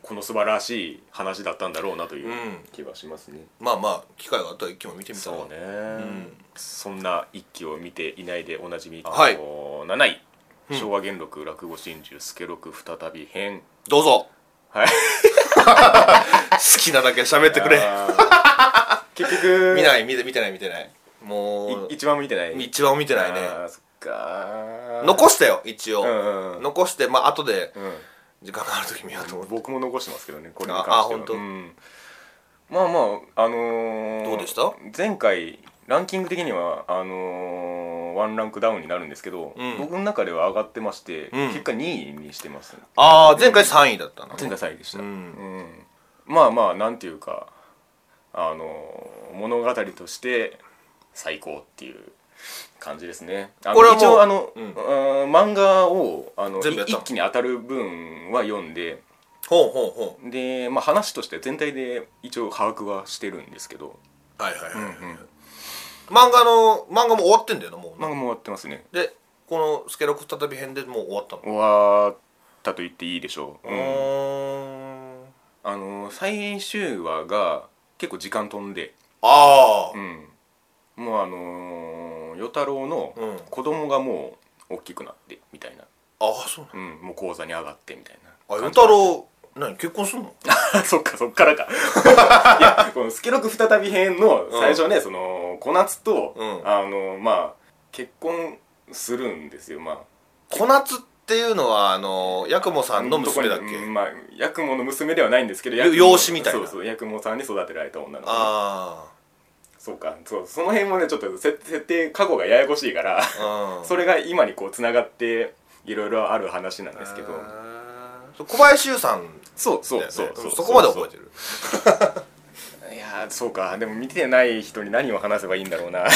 A: この素晴らしい話だったんだろうなという
B: うん
A: 気はしますね、
B: まあまあ機会があったら一気も見てみたら
A: そうね、そんな一期を見ていないでおなじみ、
B: はい
A: あの7位昭和元禄落語真珠助六再び編
B: どうぞ
A: はい
B: 好きなだけ喋ってくれ
A: あ ー結局
B: 見ない見て見てない見てないも
A: い一番見てないう
B: 一番見てないね
A: あーそっか
B: 残したよ一
A: う
B: 応
A: んうん
B: 残してまあ後で
A: うん
B: 時間がある時見ようと思って
A: 僕も残してますけどねこれに関して
B: あ
A: は
B: あ本当
A: うんまあまああのー
B: どうでした
A: 前回ランキング的にはあのーワンランクダウンになるんですけど、
B: うん
A: 僕の中では上がってまして、
B: うん
A: 結果2位にしてます、
B: ああ前回3位だったの
A: 前回3位でした、
B: うん
A: うんまあまあなんていうかあのー物語として最高っていう感じですねあの
B: これはもう
A: 一応あの、
B: うん
A: あー漫画をあの
B: 全部やった
A: 一気に当たる分は読んで
B: ほうほうほ
A: で、まあ、話として全体で一応把握はしてるんですけど
B: うはいはいはい、
A: うんうん
B: 漫画の漫画も終わってんだよなもう
A: 漫画
B: な
A: も終わってますね
B: でこの「スケロク再び編」でもう終わったの
A: 終わったと言っていいでしょう、
B: うーん
A: あのー最終話が結構時間飛んで
B: ああ
A: うんもうあのー与太郎の
B: うん
A: 子供がもう大きくなってみたいな、
B: ああそうな
A: うん、もう講座に上がってみたいな
B: のあ与太郎何結婚すんの
A: あ そっかそっ からかいやこの「スケロク再び編」の最初ね、その小夏と、
B: うん
A: あのーまあ結婚するんですよまあ
B: 小夏っていうのはあの八雲さんの娘だっけ
A: うんまあヤクモの娘ではないんですけど
B: よ
A: ヤクモ
B: 養子みたいな
A: そうそうヤクモさんに育てられた女の子
B: あ
A: そうかそうその辺もねちょっと設設定過去がややこしいから
B: あうん
A: それが今にこうつながっていろいろある話なんですけど
B: あー小林優さん
A: そうそう
B: だよね
A: そうそう
B: そこまで覚えてる
A: るいやーそうかでも見てない人に何を話せばいいんだろうな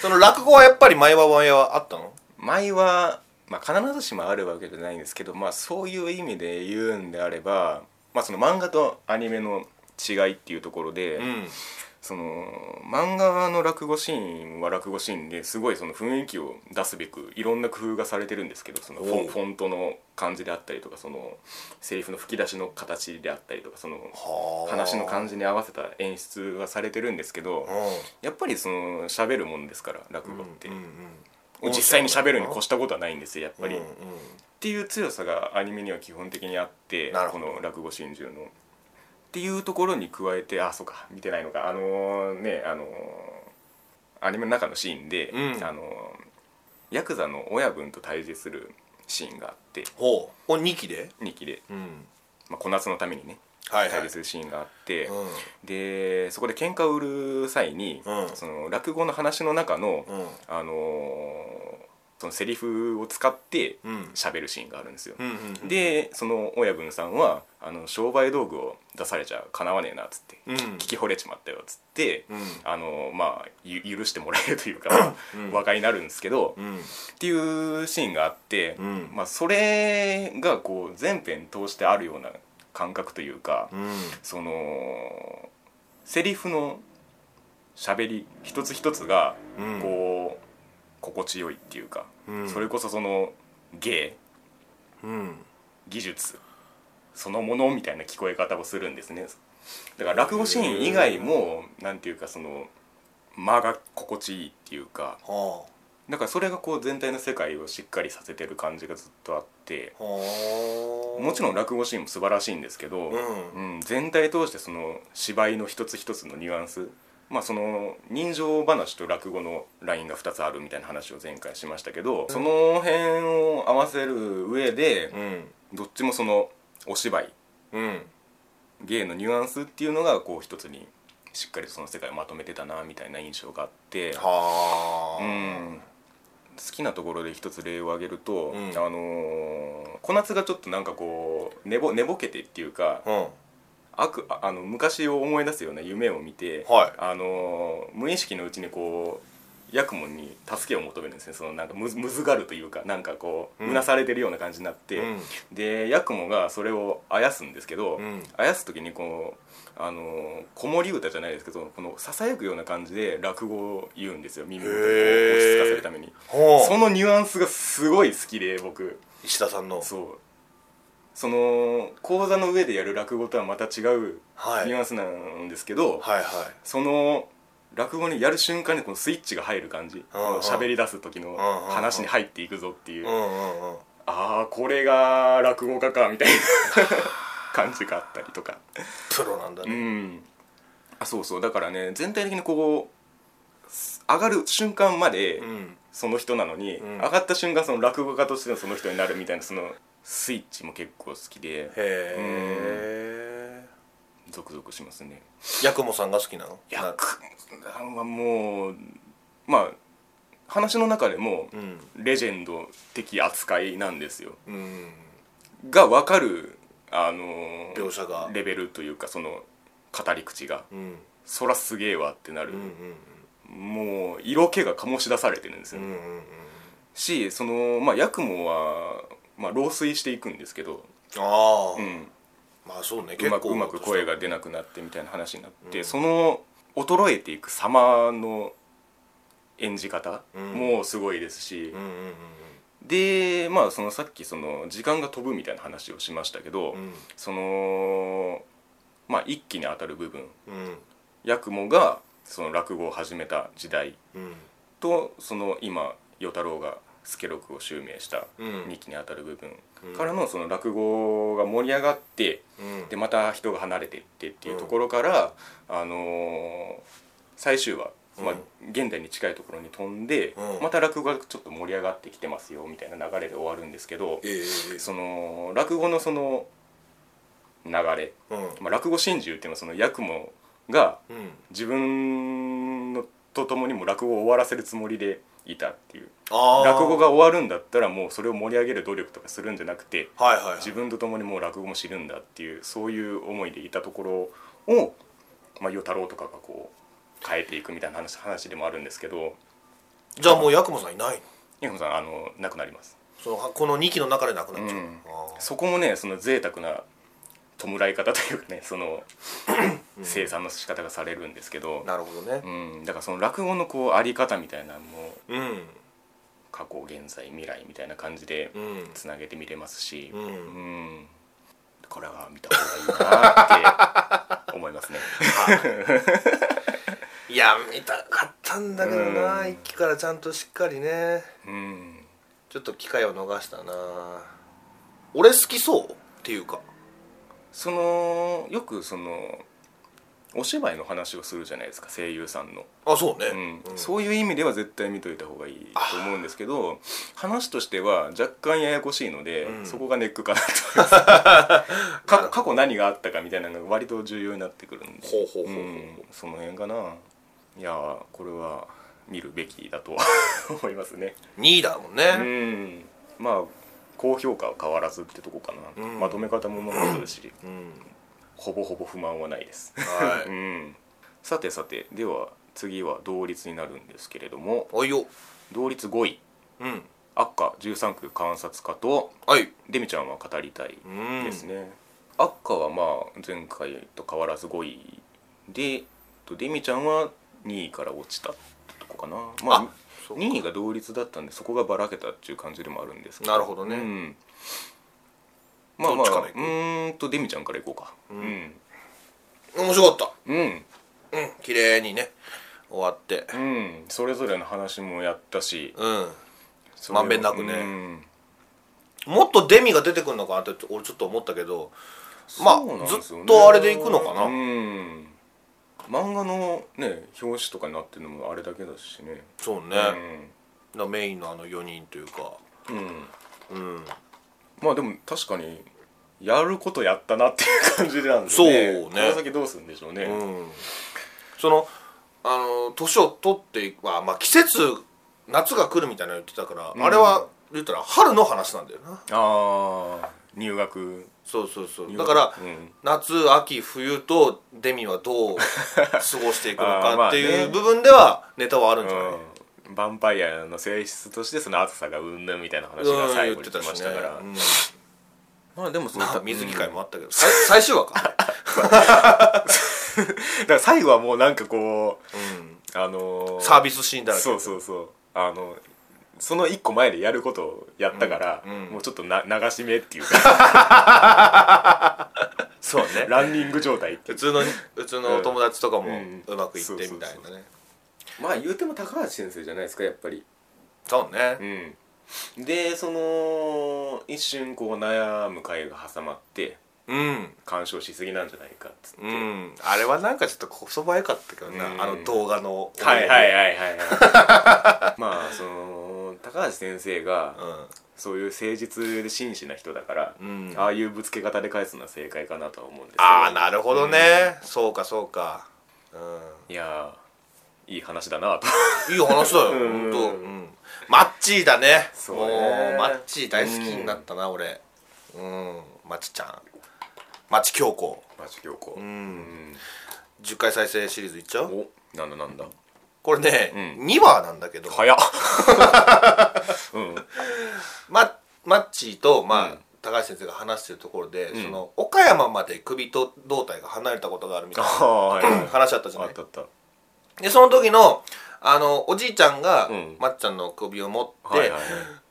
B: その落語はやっぱり前は前はあったの
A: 前は、まあ、必ずしもあるわけじゃないんですけど、まあ、そういう意味で言うんであれば、まあ、その漫画とアニメの違いっていうところで、
B: うん
A: その漫画の落語シーンは落語シーンですごいその雰囲気を出すべくいろんな工夫がされてるんですけどそのフォ
B: おう
A: ンフォントの感じであったりとかそのセリフの吹き出しの形であったりとかその
B: はあ
A: 話の感じに合わせた演出がされてるんですけど
B: う
A: やっぱりその喋るもんですから落語っ
B: ん
A: て
B: うんうん
A: 実際に喋るに越したことはないんですよやっぱり。
B: うん
A: っ
B: うん
A: ていう強さがアニメには基本的にあって
B: なるほ
A: こ
B: ど
A: の落語心中の。っていうところに加えてあそうか見てないのかあのーねあのーアニメの中のシーンで、
B: うん
A: あのーヤクザの親分と対峙するシーンがあって
B: ほうこれ2期で
A: 2期で、
B: うん
A: まあ、小夏のためにね
B: はいは
A: 対
B: い
A: 峙するシーンがあって。
B: うん
A: でそこで喧嘩を売る際に、
B: うん
A: その落語の話の中の、
B: うん
A: あのーそのセリフを使って
B: うん
A: 喋るシーンがあるんですよ、
B: うんうんうん
A: でその親分さんはあの商売道具を出されちゃかなわねえなっつって、
B: うん
A: 聞き惚れちまったよっつって、
B: うん
A: あのーまあゆ許してもらえるというか、
B: うん
A: 和解になるんですけど、
B: うん
A: っていうシーンがあって、
B: うん
A: まあ、それがこう全編通してあるような感覚というか、
B: うん
A: そのセリフの喋り一つ一つが
B: うん
A: こう、心地よいっていうか、
B: うん
A: それこそその芸
B: うん
A: 技術そのものみたいな聞こえ方をするんですねだから落語シーン以外もなんていうかその間が心地いいっていうか
B: は
A: だからそれがこう全体の世界をしっかりさせてる感じがずっとあって
B: あはあ
A: もちろん落語シーンも素晴らしいんですけど、
B: うん
A: うん、全体通してその芝居の一つ一つのニュアンスまあその人情話と落語のラインが2つあるみたいな話を前回しましたけどその辺を合わせる上で
B: うん
A: どっちもそのお芝居
B: うん
A: 芸のニュアンスっていうのがこう一つにしっかりとその世界をまとめてたなみたいな印象があって
B: は
A: う
B: あ
A: ん好きなところで一つ例を挙げると、
B: うん
A: あのー小夏がちょっとなんかこう寝ぼ寝ぼけてっていうか
B: うん
A: 悪ああの昔を思い出すような夢を見て、
B: はい
A: あのー無意識のうちにこうヤクモンに助けを求めるんですねそのなんかむずむずがるというかなんかこう
B: うん
A: うなされてるような感じになって、でヤクモがそれをあやすんですけど、
B: うん
A: あやす時にこう、あのー子守歌じゃないですけどこのささやくような感じで落語を言うんですよ耳を落ち着かせるために
B: ほ
A: そのニュアンスがすごい好きで僕。
B: う石田さんの
A: そうその講座の上でやる落語とはまた違う
B: はい
A: ニュアンスなんですけど、
B: はいはい
A: その落語にやる瞬間にこのスイッチが入る感じこの喋り出す時の
B: うんうん
A: 話に入っていくぞっていう、
B: う
A: あ
B: んうんうん
A: あーこれが落語家かみたいな感じがあったりとか
B: プロなんだ
A: う
B: ね
A: んあそうそうだからね全体的にこう上がる瞬間まで、
B: うん
A: その人なのに、
B: ん
A: 上がった瞬間その落語家としてのその人になるみたいなそのスイッチも結構好きで
B: へえ
A: ゾクゾクしますね
B: ヤクモさんが好きなの
A: いや
B: な
A: くさんはもうまあ話の中でも
B: うん
A: レジェンド的扱いなんですよ
B: うん
A: が分かるあのー
B: 描写が
A: レベルというかその語り口が
B: うん
A: そらすげえわってなる
B: うん、
A: もう色気が醸し出されてるんです
B: うんう
A: よ、
B: んうんうん
A: しそのまあヤクモは、まあ、老衰していくんですけど、
B: ああ、
A: うん、
B: まあそうね
A: う
B: 結
A: ま
B: 構
A: くうまく声が出なくなってみたいな話になって、その衰えていく様の演じ方
B: うん
A: もすごいですし
B: うん、うんうん
A: でまあそのさっきその時間が飛ぶみたいな話をしましたけど、
B: うん
A: そのまあ一期に当たる部分
B: うん
A: 八雲がその落語を始めた時代
B: うん
A: とその今与太郎が助六を襲名した
B: うん
A: 2期にあたる部分
B: うん
A: からのその落語が盛り上がって
B: うん
A: でまた人が離れてってっていうところから、あのー最終話、まあ、現代に近いところに飛んで、
B: うん
A: また落語がちょっと盛り上がってきてますよみたいな流れで終わるんですけど
B: ええ
A: その落語のその流れ、
B: うん
A: まあ、落語心中っていうのはその八雲が
B: うん
A: 自分のとともにも落語を終わらせるつもりでいたっていう
B: ああ
A: 落語が終わるんだったらもうそれを盛り上げる努力とかするんじゃなくて
B: はいはいはい
A: 自分と共にもう落語も知るんだっていうそういう思いでいたところを、まあ、与太郎とかがこう変えていくみたいな話話でもあるんですけど
B: じゃあもう八雲さんいないの
A: ヤクモさんあの亡くなります
B: そのはこの2期の中でなくなっちゃう、
A: うん
B: あー
A: そこもねその贅沢な弔い方というかねその生産の仕方がされるんですけど、
B: なるほどね
A: うん、だからその落語のこうあり方みたいなのも
B: うん
A: 過去現在未来みたいな感じで
B: うん
A: つなげてみれますし、
B: うん、
A: うんこれは見た方がいいなって思い ますね。
B: いや見たかったんだけどな
A: うん
B: 一期からちゃんとしっかりね
A: うん
B: ちょっと機会を逃したな俺好きそうっていうか
A: そのよくそのお芝居の話をするじゃないですか声優さんの、
B: あそうね、
A: うん
B: うん
A: そういう意味では絶対見といた方がいいと思うんですけど話としては若干ややこしいので、
B: うん
A: そこがネックかなと思 いますか過去何があったかみたいなのが割と重要になってくるんで
B: ほうほうほうほう
A: うんその辺かないやーこれは見るべきだと 思いますね
B: 2位だもん
A: う
B: ね、
A: んまあ高評価は変わらずってとこかな、
B: うん
A: まとめ方もうまかったですし
B: うん、
A: ほぼほぼ不満はないです
B: は
A: う
B: い
A: ん、さてさてでは次は同率になるんですけれども
B: おいよ
A: 同率5位
B: うん
A: 悪化13区観察家と
B: はい
A: デミちゃんは語りたい
B: うん
A: ですね、悪化はまあ前回と変わらず5位でとデミちゃんは2位から落ちたってとこかなま
B: あ
A: あ
B: そう
A: 2位が同率だったんでそこがばらけたっていう感じでもあるんですけど
B: なるほどね
A: うん、まあま
B: ど
A: あ
B: っちから
A: う
B: 行く
A: ーんとデミちゃんからいこうか
B: 面白かっ
A: うん、うん
B: たうん綺麗にね終わって
A: うん、それぞれの話もやったし
B: うん
A: それを
B: まんべんなくね
A: うん
B: もっとデミが出てくるのかなって俺ちょっと思ったけどまあ
A: そうなんです
B: ず
A: よね
B: っとあれでいくのかな
A: うん漫画のね表紙とかになってるのもあれだけだしね
B: そうね、だからメインのあの4人というか
A: うん、うん、
B: うん
A: まあでも確かにやることやったなっていう感じなんですね
B: そうね
A: この先どうするんでしょうね、
B: うんそのあの年を取っていくまあ、まあ、季節夏が来るみたいなの言ってたから、
A: ん
B: あれは言ったら春の話なんだよな
A: ああ入学
B: そうそうそう
A: 入学
B: だから、
A: うん
B: 夏秋冬とデミはどう過ごしていく の
A: あーま
B: か
A: あ
B: って
A: ね
B: いう部分ではネタはあるんじゃない、
A: うんヴァンパイアの性質としてその暑さがうんぬんみたいな話
B: うん
A: が最
B: 言
A: 後
B: っ
A: に
B: て
A: 来
B: た
A: ま
B: し
A: し
B: ね
A: たから、
B: うん
A: まあでもその
B: まあ水着会もあったけど、さい最終話 か、
A: だから最後はもうなんかこ
B: うん
A: うあのー、
B: サービスシーンだらけ
A: そうそうそうあのその一個前でやることをやったから、
B: うんうん
A: もうちょっとな流し目っていう か
B: そうね
A: ランニング状態ってい
B: 普
A: う
B: 通の普通のお友達とかも
A: うん
B: うまくいってみたいなね、
A: まあ言うても高橋先生じゃないですかやっぱり
B: そうね、
A: うんでその一瞬こう悩む会が挟まって
B: うん
A: 干渉しすぎなんじゃないかっつって、
B: うん、あれはなんかちょっとこそばゆかったけどな、
A: うん
B: あの動画の
A: はいはいはいはいはい まあそのの高橋先生がそういう誠実で真摯な人だから、
B: うん
A: ああいうぶつけ方で返すのは正解かなとは思うんですけど
B: ああなるほどね、そうかそうか、う
A: いやーいい話だなと
B: ん、いい話だよ
A: うん
B: 本当、うん、マッチーだね
A: そう
B: もう
A: ね
B: マッチー大好きになったな、俺うんマチちゃんマチ京子
A: マジ強行
B: うん10回再生シリーズいっちゃ
A: お
B: う
A: なんだなんだ
B: これね、
A: う
B: 2話なんだけど
A: 早っうん
B: ママッチーと、まあ
A: うん
B: 高橋先生が話してるところで、
A: ん
B: その岡山まで首と胴体が離れたことがあるみたい
A: あ
B: な
A: ーはいはい
B: 話あったじゃな
A: あ
B: い
A: ったあった
B: でその時のあのおじいちゃんが、
A: うん
B: まっちゃんの首を持って、
A: はいはいは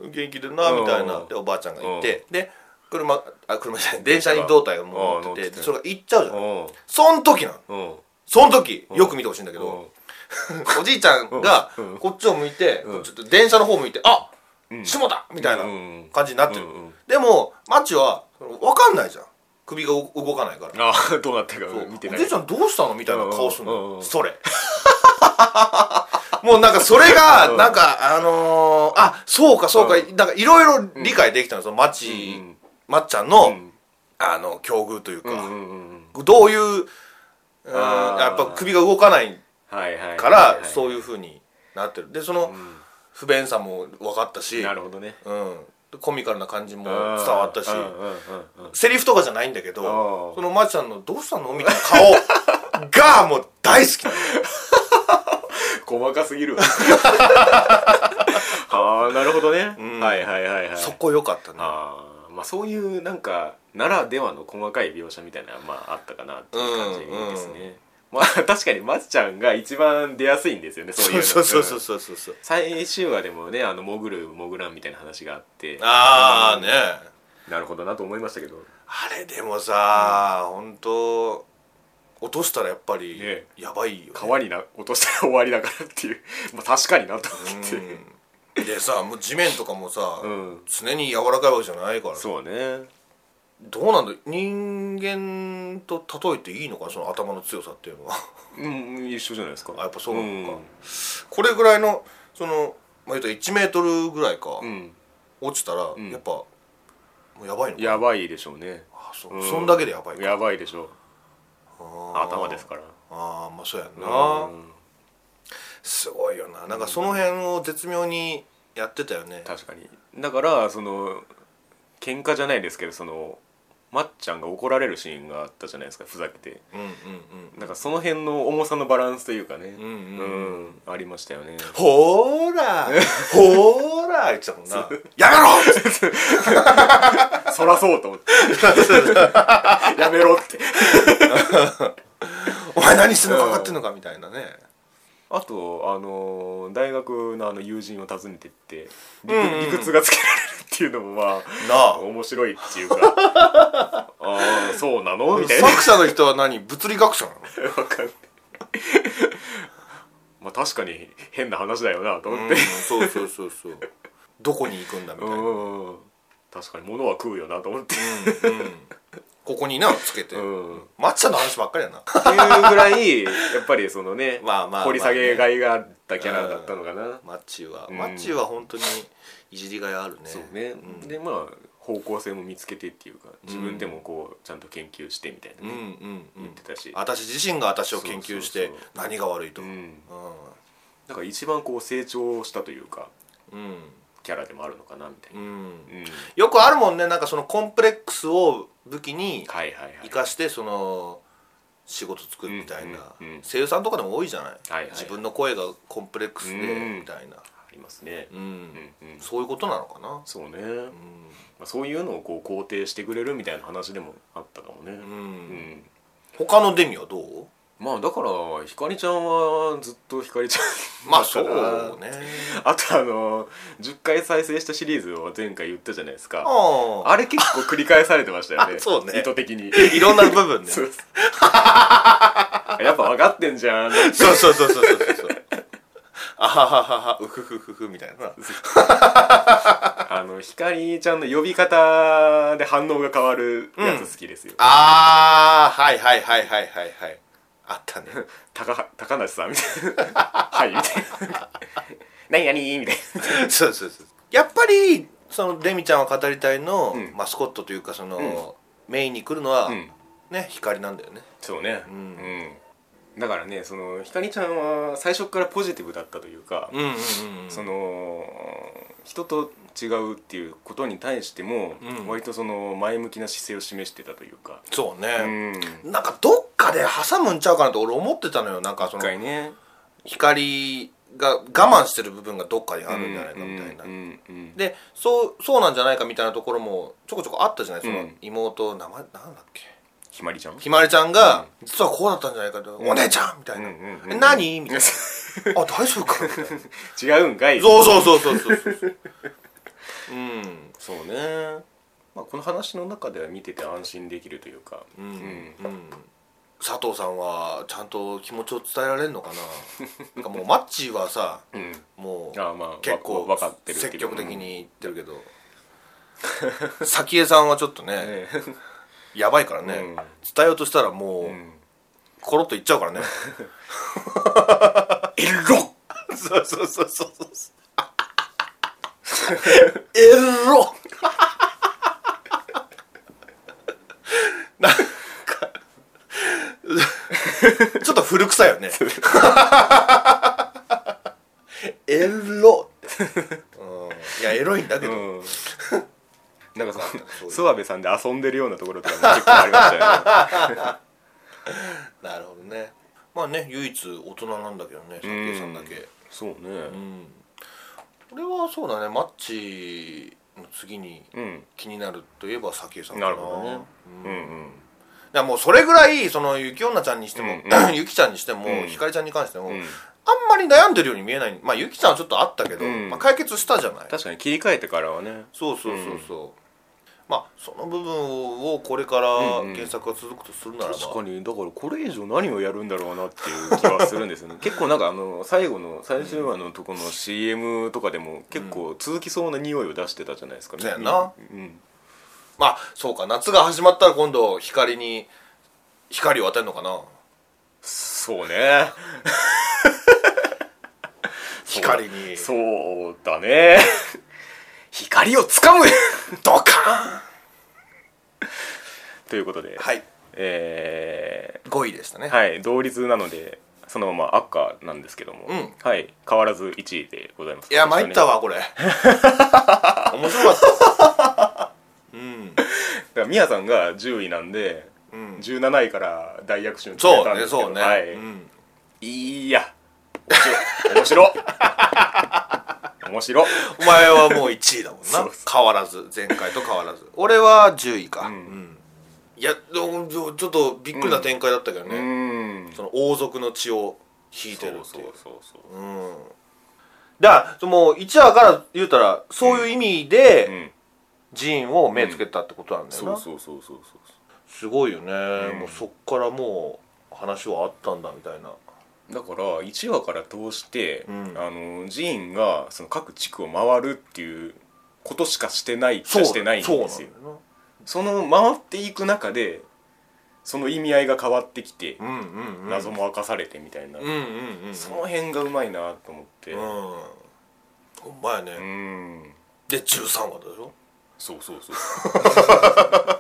A: い
B: 元気でなみたいな
A: うん
B: でおばあちゃんがいてで車あ車じゃない電車に
A: 電車が
B: 胴体がもう乗って
A: あー乗ってて
B: で
A: て
B: それが行っちゃうじゃん
A: うん
B: そん時な
A: う
B: の
A: ん
B: そん時よく見てほしいんだけ
A: うん
B: ど おじいちゃんが
A: うん
B: こっちを向いて
A: うん
B: ちょっと電車の方向いてあ
A: うん
B: 下だみたいな
A: うん
B: 感じになってる
A: うんうん
B: でもマッチは分かんないじゃん首が動動かないから
A: あーどうなったか
B: そう
A: 見てな
B: お
A: い
B: じいちゃんどうしたのみたいな顔する
A: うんうんう
B: の
A: ん
B: それ もうなんかそれが
A: うん
B: なんかあのーあそうかそうか
A: う
B: なんかいろいろ理解できたのそのマチ
A: うん
B: まっちゃんの
A: ん
B: あの境遇という
A: うん
B: か
A: うんうんうん
B: どういううん
A: あー
B: やっぱ首が動かない
A: はいはい
B: からそう
A: う
B: いうふうになってるでその
A: ん
B: 不便さも分かったし
A: なるほどね
B: うんでコミカルな感じも伝わったし
A: うんうんうんうん
B: セリフとかじゃないんだけ
A: あ
B: ど
A: ー
B: そのまっちゃんの「どうしたの?」みたいな 顔がもう大好きなの
A: 細かすぎ るわはあなるほどね、
B: うん
A: はいはいはいはい
B: そこ良かったね
A: あーまあそういうなんかならではの細かい描写みたいなのはまああったかなっていう感じですね、
B: うんう
A: まあ確かにまずちゃんが一番出やすいんですよねそういう
B: そう
A: の
B: そうそうそ
A: ん
B: うそうそうそう
A: 最終話でもねあの潜る潜らんみたいな話があって
B: ああね
A: なるほどなと思いましたけど
B: あれでもさ本当落としたらやっぱり
A: ね
B: やばいよね
A: 川にな落としたら終わりだからっていう まあ確かになと思って、
B: うんでさもう地面とかもさ
A: うん
B: 常に柔らかいわけじゃないから
A: そうね
B: どうなんだ人間と例えていいのかなその頭の強さっていうのは
A: うん一緒じゃないですか
B: あやっぱそうなのか
A: ん
B: これぐらいのそのまあ言うたら1メートルぐらいか
A: うん
B: 落ちたら
A: ん
B: やっぱもうやばいのか
A: やばいでしょうね
B: あそううそんだけでやばいか
A: やばいでしょう
B: あー
A: 頭ですから
B: ああまあそうやんな
A: うん
B: すごいよななんかその辺を絶妙にやってたよね
A: 確かにだからその喧嘩じゃないですけどそのまっちゃんが怒られるシーンがあったじゃないですかふざけて
B: うんうんうん
A: なんかその辺の重さのバランスというかね
B: うんうん
A: うんありましたよね
B: ほー らほーら言ってたもんなやめろ
A: そらそうと思ってやめろって
B: お前何してんのか分かってんのかみたいなね
A: あとあのー大学のあの友人を訪ねてって理,、
B: うんうん
A: 理屈がつけられるっていうのもま
B: な
A: あ
B: あ
A: 面白いっていうかああそうなのみたいな
B: 作者の人は何物理学者なの
A: わかんないまあ確かに変な話だよなと思っ
B: う
A: て
B: んそうそうそうそうどこに行くんだみた
A: う
B: いな、うん
A: ん、確かに物は食うよなと思って
B: ここになつけて、
A: うんって
B: 抹茶の話ばっか りやな
A: いうぐらいやっぱりそのね
B: まあまあまあね
A: 掘り下げがいがあったキャラだったのかな、
B: マッチーは、
A: うん
B: マッチーは本当にいじりがいあるね
A: そうね、
B: ん
A: でまあ方向性も見つけてっていうか自分でもこうちゃんと研究してみたいな
B: うん
A: ね、
B: うんうん
A: 言ってたし
B: 私自身が私を研究し
A: そう
B: て
A: そうそ
B: 何が悪いと
A: う
B: うんん
A: だから一番こう成長したというか
B: うん
A: キャラでもあるのかなみたいうな、
B: ん
A: うん
B: よくあるもんねなんかそのコンプレックスを武器に
A: はいはいはい
B: 生かしてその仕事作るみたいな
A: うんうんうん
B: 声優さんとかでも多いじゃない、
A: いはい
B: 自分の声がコンプレックスで
A: うん
B: みたいな、
A: ありますね、
B: うん
A: うんうん
B: そういうことなのかな
A: そうね、
B: う
A: まあ、そういうのをこう肯定してくれるみたいな話でもあったかもね、
B: ん、うん
A: うん
B: 他のデミはどう
A: まあだからひかりちゃんはずっとひかりちゃ ん
B: まあそ
A: だから
B: うね
A: あとあの10回再生したシリーズを前回言ったじゃないですか
B: あ
A: あれ結構繰り返されてましたよね
B: あそうね
A: 意図的に
B: あいろんな部分 ね
A: そうやっぱ分かってんじゃん
B: そうそうそうそうそうそう。あはははは、うふふふふみたいな。
A: あのひかりちゃんの呼び方で反応が変わるやつ好きですよ、
B: ああ、はいはいはいはいはいはい。あったね。
A: 高高梨さんみたいな「はい」みたいな何何みたいな
B: そうそうそうやっぱりそのレミちゃんは語りたいの、
A: うん
B: マスコットというかその、メインに来るのは、
A: うん
B: ね光なんだよね
A: そうね
B: うん
A: うんだからねそのひかりちゃんは最初からポジティブだったというか、
B: うんうんうん
A: その人と違うっていうことに対しても、
B: うん
A: 割とその前向きな姿勢を示してたというか、
B: そう
A: う
B: ね、
A: ん、一
B: なんかどっかで挟むんちゃうかなと俺思ってたのよなんかその
A: 回ね
B: 光が我慢してる部分がどっかにあるんじゃないかみたいな、
A: うんうんうん
B: でそうそうなんじゃないかみたいなところもちょこちょこあったじゃないその、
A: うん
B: 妹名前なんだっけ
A: ひまりちゃん
B: ひまりちゃんが、実はこうだったんじゃないかと、お姉ちゃんみたいな、
A: うんうんうん
B: え何みたいな あ大丈夫かみたいな
A: 違うんかい
B: そうそうそうそうそうそうそううん
A: そうね、まあ、この話の中では見てて安心できるというか、
B: うん、
A: う
B: うん佐藤さんはちゃんと気持ちを伝えられるのかななんかもうマッチーはさ
A: うん
B: もう
A: ああまあ
B: 結構
A: わわかってるけど
B: 積極的に言ってるけど 早紀江さんはちょっとね
A: ね
B: やばいからね、
A: うん
B: 伝えようとしたらもう、
A: うん
B: コロッといっちゃう からね
A: エロ
B: そうそうそうそうそうエロなんかちょっと古臭いよねエロって、うん、いやエロいんだけ
A: う
B: ど、
A: んなんか
B: そ
A: そうの諏訪部さんで遊んでるようなところとかも結構ありましたよね
B: なるほどねまあね唯一大人なんだけどね佐藤さんだけ、
A: そうね
B: うんこれはそうだねマッチの次に
A: うん、
B: 気になるといえば早紀江さんか
A: な
B: な
A: るほどね
B: う
A: うんん
B: い
A: うん
B: やもうそれぐらいその雪女ちゃんにしても、
A: うん
B: ゆきちゃんにしても、
A: うん
B: ひかりちゃんに関しても、
A: う
B: あん
A: ん
B: まり悩んでるように見えないまあゆきちゃんはちょっとあったけど、
A: うん
B: まあ、解決したじゃない
A: 確かに切り替えてからはね
B: そうそうそうそう、まあその部分をこれから
A: うんうん
B: 原作が続くとするならば、
A: 確かにだからこれ以上何をやるんだろうなっていう気はするんです よね結構なんかあの最後の最終話のとこの CM とかでも結構続きそうな匂いを出してたじゃないですか
B: そうやな
A: うん
B: まあそうか夏が始まったら今度光に光を当てるのかな
A: そうね
B: 光に
A: そうだね 光をつかむ
B: ドカーン
A: ということで、
B: はい
A: え
B: 5位でしたね
A: ーはい同率なのでそのまま赤なんですけども、
B: うん
A: はい変わらず1位でございます
B: いや参った
A: わ
B: わこ れ面白かったうん、
A: だからミヤさんが10位なんで
B: うん、
A: 17位から大躍進を遂げ
B: そ
A: た
B: うんね
A: ですけど
B: そうね、
A: はい
B: うん、
A: いや面白い面白い面白い
B: お前はもう1位だもん な
A: そう
B: 変わらず前回と変わらず俺は10位か、うん
A: ん
B: いやでもちょちょっとびっくりな展開だったけど
A: う
B: ね、
A: ん
B: その王族の血を引いて
A: そう
B: るって
A: そ
B: いうう
A: そうそう
B: うんだからその1話から言うたらそういう意味で、
A: うん
B: ジーンを目つけたってことなんだよな、
A: そうそうそうそうそう
B: すごいよね、
A: ん
B: もうそっからもう話はあったんだみたいな
A: だから1話から通して、
B: うん
A: あのジーンがその各地区を回るっていうことしかしてないっちゃしてないんですよそ
B: そうなんだよ
A: の回っていく中でその意味合いが変わってきて、
B: なうんうんうん
A: 謎も明かされてみたいな、
B: うんうんうん
A: その辺がうまいなと思って
B: うんほんまやね、
A: うん
B: で13話だよ
A: そうそうそう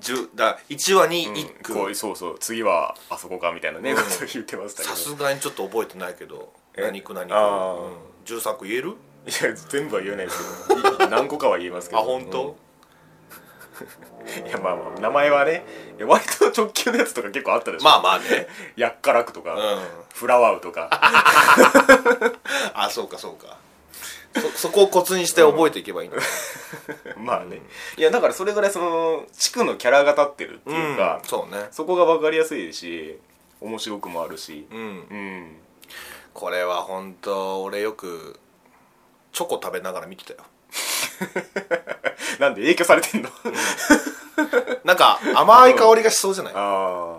B: 10だ1話に
A: 一
B: 1
A: 個、
B: 句、
A: うそうそう次はあそこかみたいなね、
B: うん
A: こと言ってましたけど
B: さすがにちょっと覚えてないけど
A: え
B: 何句何句、
A: あー
B: うん、13句言える
A: いや全部は言えないですけどい何個かは言えますけ
B: あ
A: ど
B: 本当、
A: うんいやまあまあ名前はねいや割と直球のやつとか結構あったでしょ
B: まあまあね
A: やっからくと
B: う
A: か、
B: ん
A: フラワーと か
B: あそうかそうかそそこをコツにして覚えていけばいいんだ、
A: まあねいやだからそれぐらいその地区のキャラが立ってるっていうか、
B: そうね
A: そこが分かりやすいし面白くもあるし
B: うん
A: うん
B: これは本当俺よくチョコ食べながら見てたよ
A: なんで影響されてんの
B: なんか甘い香りがしそうじゃない、
A: ああ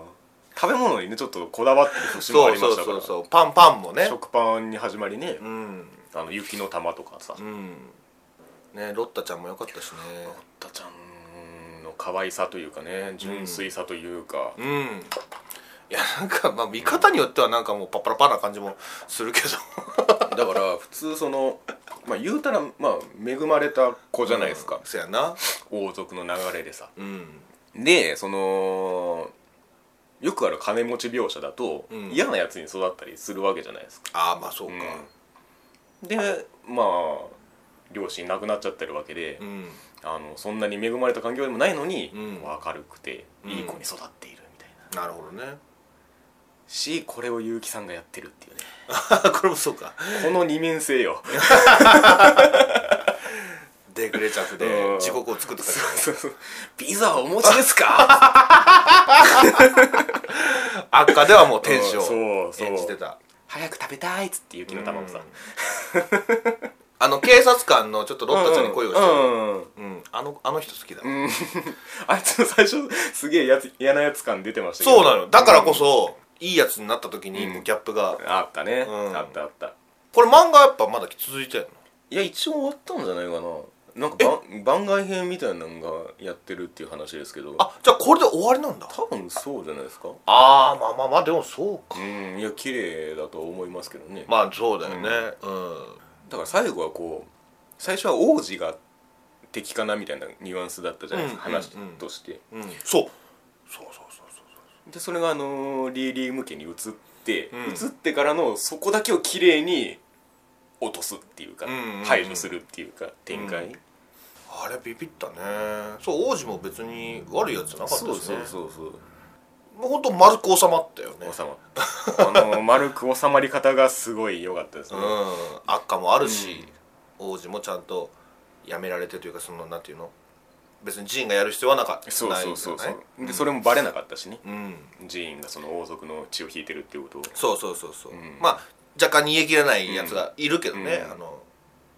A: 食べ物にねちょっとこだわってる節もあ
B: そう
A: りま
B: そ
A: し
B: う
A: たか
B: そ
A: ら
B: うそうパンパンもね
A: 食パンに始まりね、
B: うん
A: あの雪の玉とかさ、
B: うんねロッタちゃんも良かったしね
A: たちゃんの可愛さというかね純粋さというか、
B: うんいやなんかまあ見方によってはなんかもうパッパラパーな感じもするけど
A: だから普通そのまあ言うたらまあ恵まれた子じゃないですか
B: うん、そやな
A: 王族の流れでさ
B: うん
A: でそのよくある金持ち描写だと、
B: うん
A: 嫌なやつに育ったりするわけじゃないですか、
B: ああまあそうか
A: うんでまあ両親亡くなっちゃってるわけで、
B: うん
A: あのそんなに恵まれた環境でもないのに、
B: うん
A: 明るくていい子に育っているみたいな、
B: なるほどね
A: しこれを結城さんがやってるっていうね
B: これもそうか
A: この二面性よ
B: デグレチャフ
A: う
B: で
A: ん
B: 地獄を作って た
A: そうそうそうビザはお持ちですか
B: 悪化ではもう天使を
A: そうそう
B: 演じてた
A: 早く食べたいっつって雪の卵さ、
B: あの警察官のちょっとロッタちゃんに恋をして
A: う
B: る
A: んうんうん
B: うんあのあの人好きだ
A: うん あいつの最初すげえやつ嫌なやつ感出てましたけど
B: そうなのよだからこそいいやつになった時に
A: うん
B: もうギャップが
A: あったね、
B: うん
A: あったあった
B: これ漫画やっぱまだ続いてんの
A: いや一応終わったんじゃないかななんか番番外編みたいなのがやってるっていう話ですけど
B: あじゃあこれで終わりなんだ
A: 多分そうじゃないですか
B: ああまあまあまあでもそう
A: う
B: か
A: んいや綺麗だと思いますけどね、
B: まあそうだよねうん
A: だから最後はこう最初は王子が敵かなみたいなニュアンスだったじゃないですか、
B: うんうんうん
A: 話として
B: うんそうそうそうそうそう
A: でそれがあのーリーリー向けに移って、
B: うん
A: 移ってからのそこだけを綺麗に落とすっていうか、
B: うんうんうん
A: 排除するっていうか展開、
B: うんあれビビったねそう王子も別に悪いやつじゃなかったしね
A: そうそうそうそう
B: もうほんと丸く収まったよね
A: 収まったあ のー丸く収まり方がすごい良かったです
B: う
A: ね、
B: ん悪化もあるし、王子もちゃんとやめられてというかそのなんていうの別にジンがやる必要はなかった
A: そうそうそう
B: な
A: そ
B: いん
A: う
B: じゃ、
A: でそれもバレなかったしね
B: ないうん
A: ジーンがその王族の血を引いてるっていうことを
B: そうそうそうそう、
A: うん
B: まあ若干逃げ切れないやつがいるけどね、
A: うん
B: あの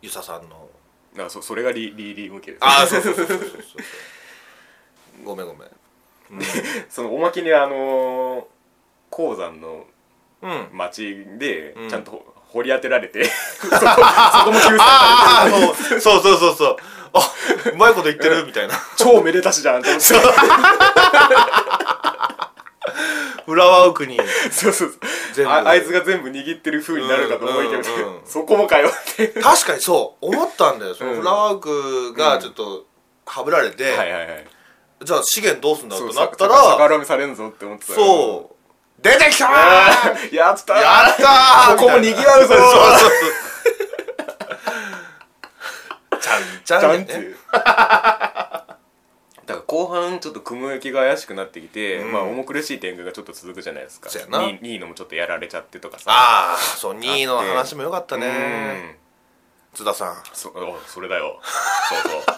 B: 遊佐さんの
A: だからそそれがリリーリー向けです
B: ああそうそうそうそうそうそうごめんごめん
A: そのおまけにあのー鉱山の
B: うん
A: 町で
B: うん
A: ちゃんとほ掘り当てられて、 そこそこも救済さ
B: ああそうそうそうそうそうあうまいこと言ってるみたいな
A: れて超めでたしじゃんと思ってそう
B: 浦和奥に
A: そうそう
B: 全部
A: ああいつが全部握ってる風になるかと思いきや、
B: うんうんう ん
A: そこもかよって
B: 確かにそう思ったんだよその
A: うん
B: フラワークがちょっとはぶられて、
A: はいはいはい
B: じゃあ資源どうすんだろうとなった
A: さ逆
B: ら
A: 恨みされんぞって思ってたよ
B: そう出てきたー
A: あーやったー
B: やったー
A: ここも
B: み
A: に
B: たい
A: ぎわうぞ
B: なそうそうそうちゃんち
A: ち
B: ゃ
A: ゃ
B: ん
A: ん
B: っ
A: ちゅ
B: て
A: うだから後半ちょっと雲行きが怪しくなってきて、
B: うん
A: まあ重苦しい展開がちょっと続くじゃないですか
B: そうやな
A: ニニーノもちょっとやられちゃってとかさ
B: ああそう2位の話もよかったね
A: うん
B: 津田さん
A: そおそれだ よそうそうだ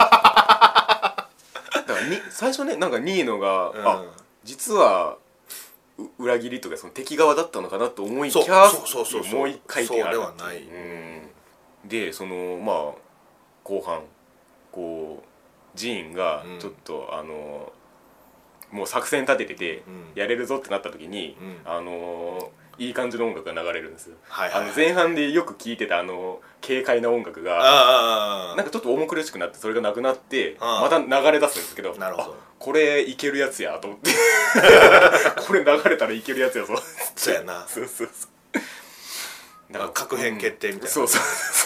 A: からに最初ねなんかニーノが、
B: ん
A: あ実はう裏切りとかその敵側だったのかなと思いきや
B: そうそうそうそうそう
A: もう一回転があるって
B: そうではない
A: うんでそのまあ後半こうジーンが
B: うん
A: ちょっと、あのもう作戦立ててて、
B: うん
A: やれるぞってなった時に、
B: うん
A: あのいい感じの音楽が流れるんですよ、
B: はいはいは
A: あ
B: い
A: の前半でよく聴いてたあの軽快な音楽が
B: あ
A: なんかちょっと重苦しくなってそれがなくなって
B: あ
A: ま
B: あ
A: た流れ出すんですけど
B: なるほど
A: あこれいけるやつやと思って これ流れたらいけるやつやぞ
B: そうやな
A: そうそうそう
B: なんか確変決定みたいな
A: そうそう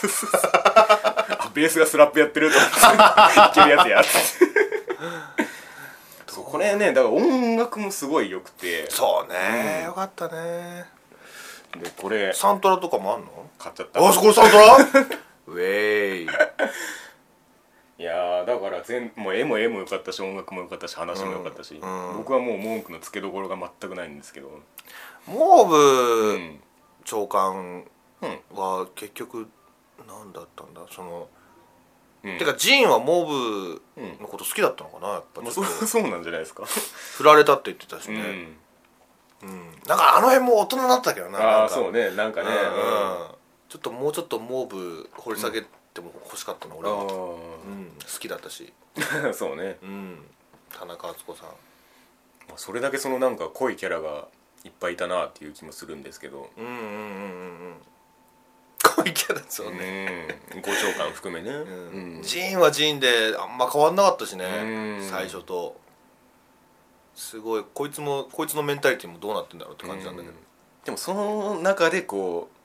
A: そうそうあベースがスラップやってると思っていけるやつ やってそうこれねだから音楽もすごい良くて
B: そう
A: う
B: ね
A: ん
B: よかったね
A: でこれ
B: サントラとかもあんの
A: 買っちゃった
B: あそこれサントラ ウェーイ
A: いやーだから全もう絵も絵も良かったし音楽も良かったし話も良かったし、
B: うんうん
A: 僕はもう文句のつけどころが全くないんですけど、
B: モー
A: う
B: ブ
A: ん、
B: 長官
A: うん
B: は結局何だったんだその、
A: うん
B: てかジーンはモーブのこと好きだったのかなやっぱち
A: ま
B: ょ
A: あ
B: っと
A: そうそうなんじゃないですか、
B: 振られたって言ってたし
A: う
B: ね、
A: ん、
B: うんなんかあの辺も大人だったけどな
A: あ
B: な
A: あ
B: んか
A: そうねなんかね
B: うん
A: あ
B: ちょっともうちょっとモーブ掘り下げても欲しかったの、俺は、うん、好きだったし、
A: あ そうね、
B: うん、田中敦子さん
A: まあ、それだけそのなんか濃いキャラがいっぱいいたなっていう気もするんですけど
B: うんうんうんうんうん濃いキャラですよね、
A: うんご長官含めね、
B: うん
A: うん
B: ジーンはジーンであんま変わんなかったしね
A: うん
B: 最初とすごいこいつもこいつのメンタリティもどうなってんだろうって感じなんだけど
A: でもその中でこう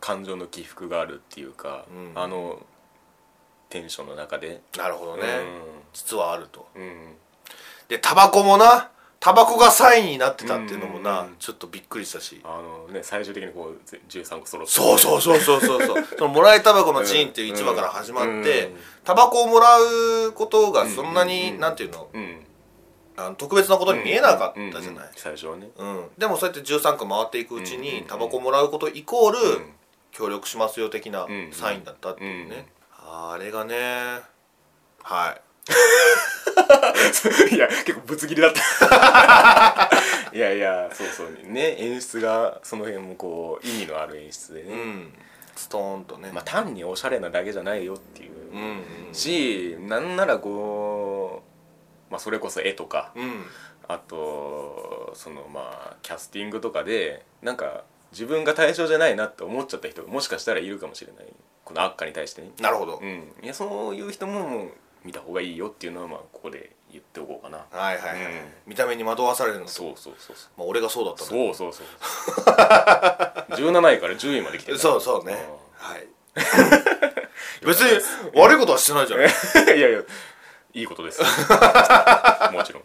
A: 感情の起伏があるっていうか、
B: うん
A: あのテンションの中で
B: なるほどね、実はあると
A: うん、うん
B: でタバコもなタバコが3位になってたっていうのもな、
A: うん
B: ちょっとびっくりしたし
A: あのね最終的にこうぜ13個揃って
B: そうそうそうそうそうそうそのもらいタバコのチーンっていう市場から始まって、タバコをもらうことがそんなに、
A: うん
B: なんていうの
A: うん、うん
B: あの特別なことに見えなかったじゃ
A: うんうん
B: な
A: う
B: い
A: ん、最初はね
B: うんでもそうやって13区回っていくうち
A: うんう
B: に
A: ん
B: タバコもらうことイコール
A: ん
B: 協力しますよ的な
A: うん
B: サインだったっていうね、あれがねはい
A: いや結構ぶつ切りだった いやいやそうそうね演出がその辺もこう意味のある演出で
B: う
A: ね、
B: んストーンとね、
A: まあ、単におしゃれなだけじゃないよっていう
B: うんうん
A: しなんならこう、まあ、それこそ絵とか
B: うん
A: あとそのまあキャスティングとかでなんか自分が対象じゃないなって思っちゃった人がもしかしたらいるかもしれないこの悪化に対してね、
B: なるほど、
A: うん、いやそういう人も見た方がいいよっていうのはまあここで言っておこうかな
B: はいはいはい、
A: うん
B: 見た目に惑わされるのと、
A: そうそうそうそう
B: まあ、俺がそうだったんだ
A: そうそうそうそう 17位から10位まで来てる
B: そうそうねはい別に悪いことはしてないじゃん
A: うんいやいやいいことですもちろん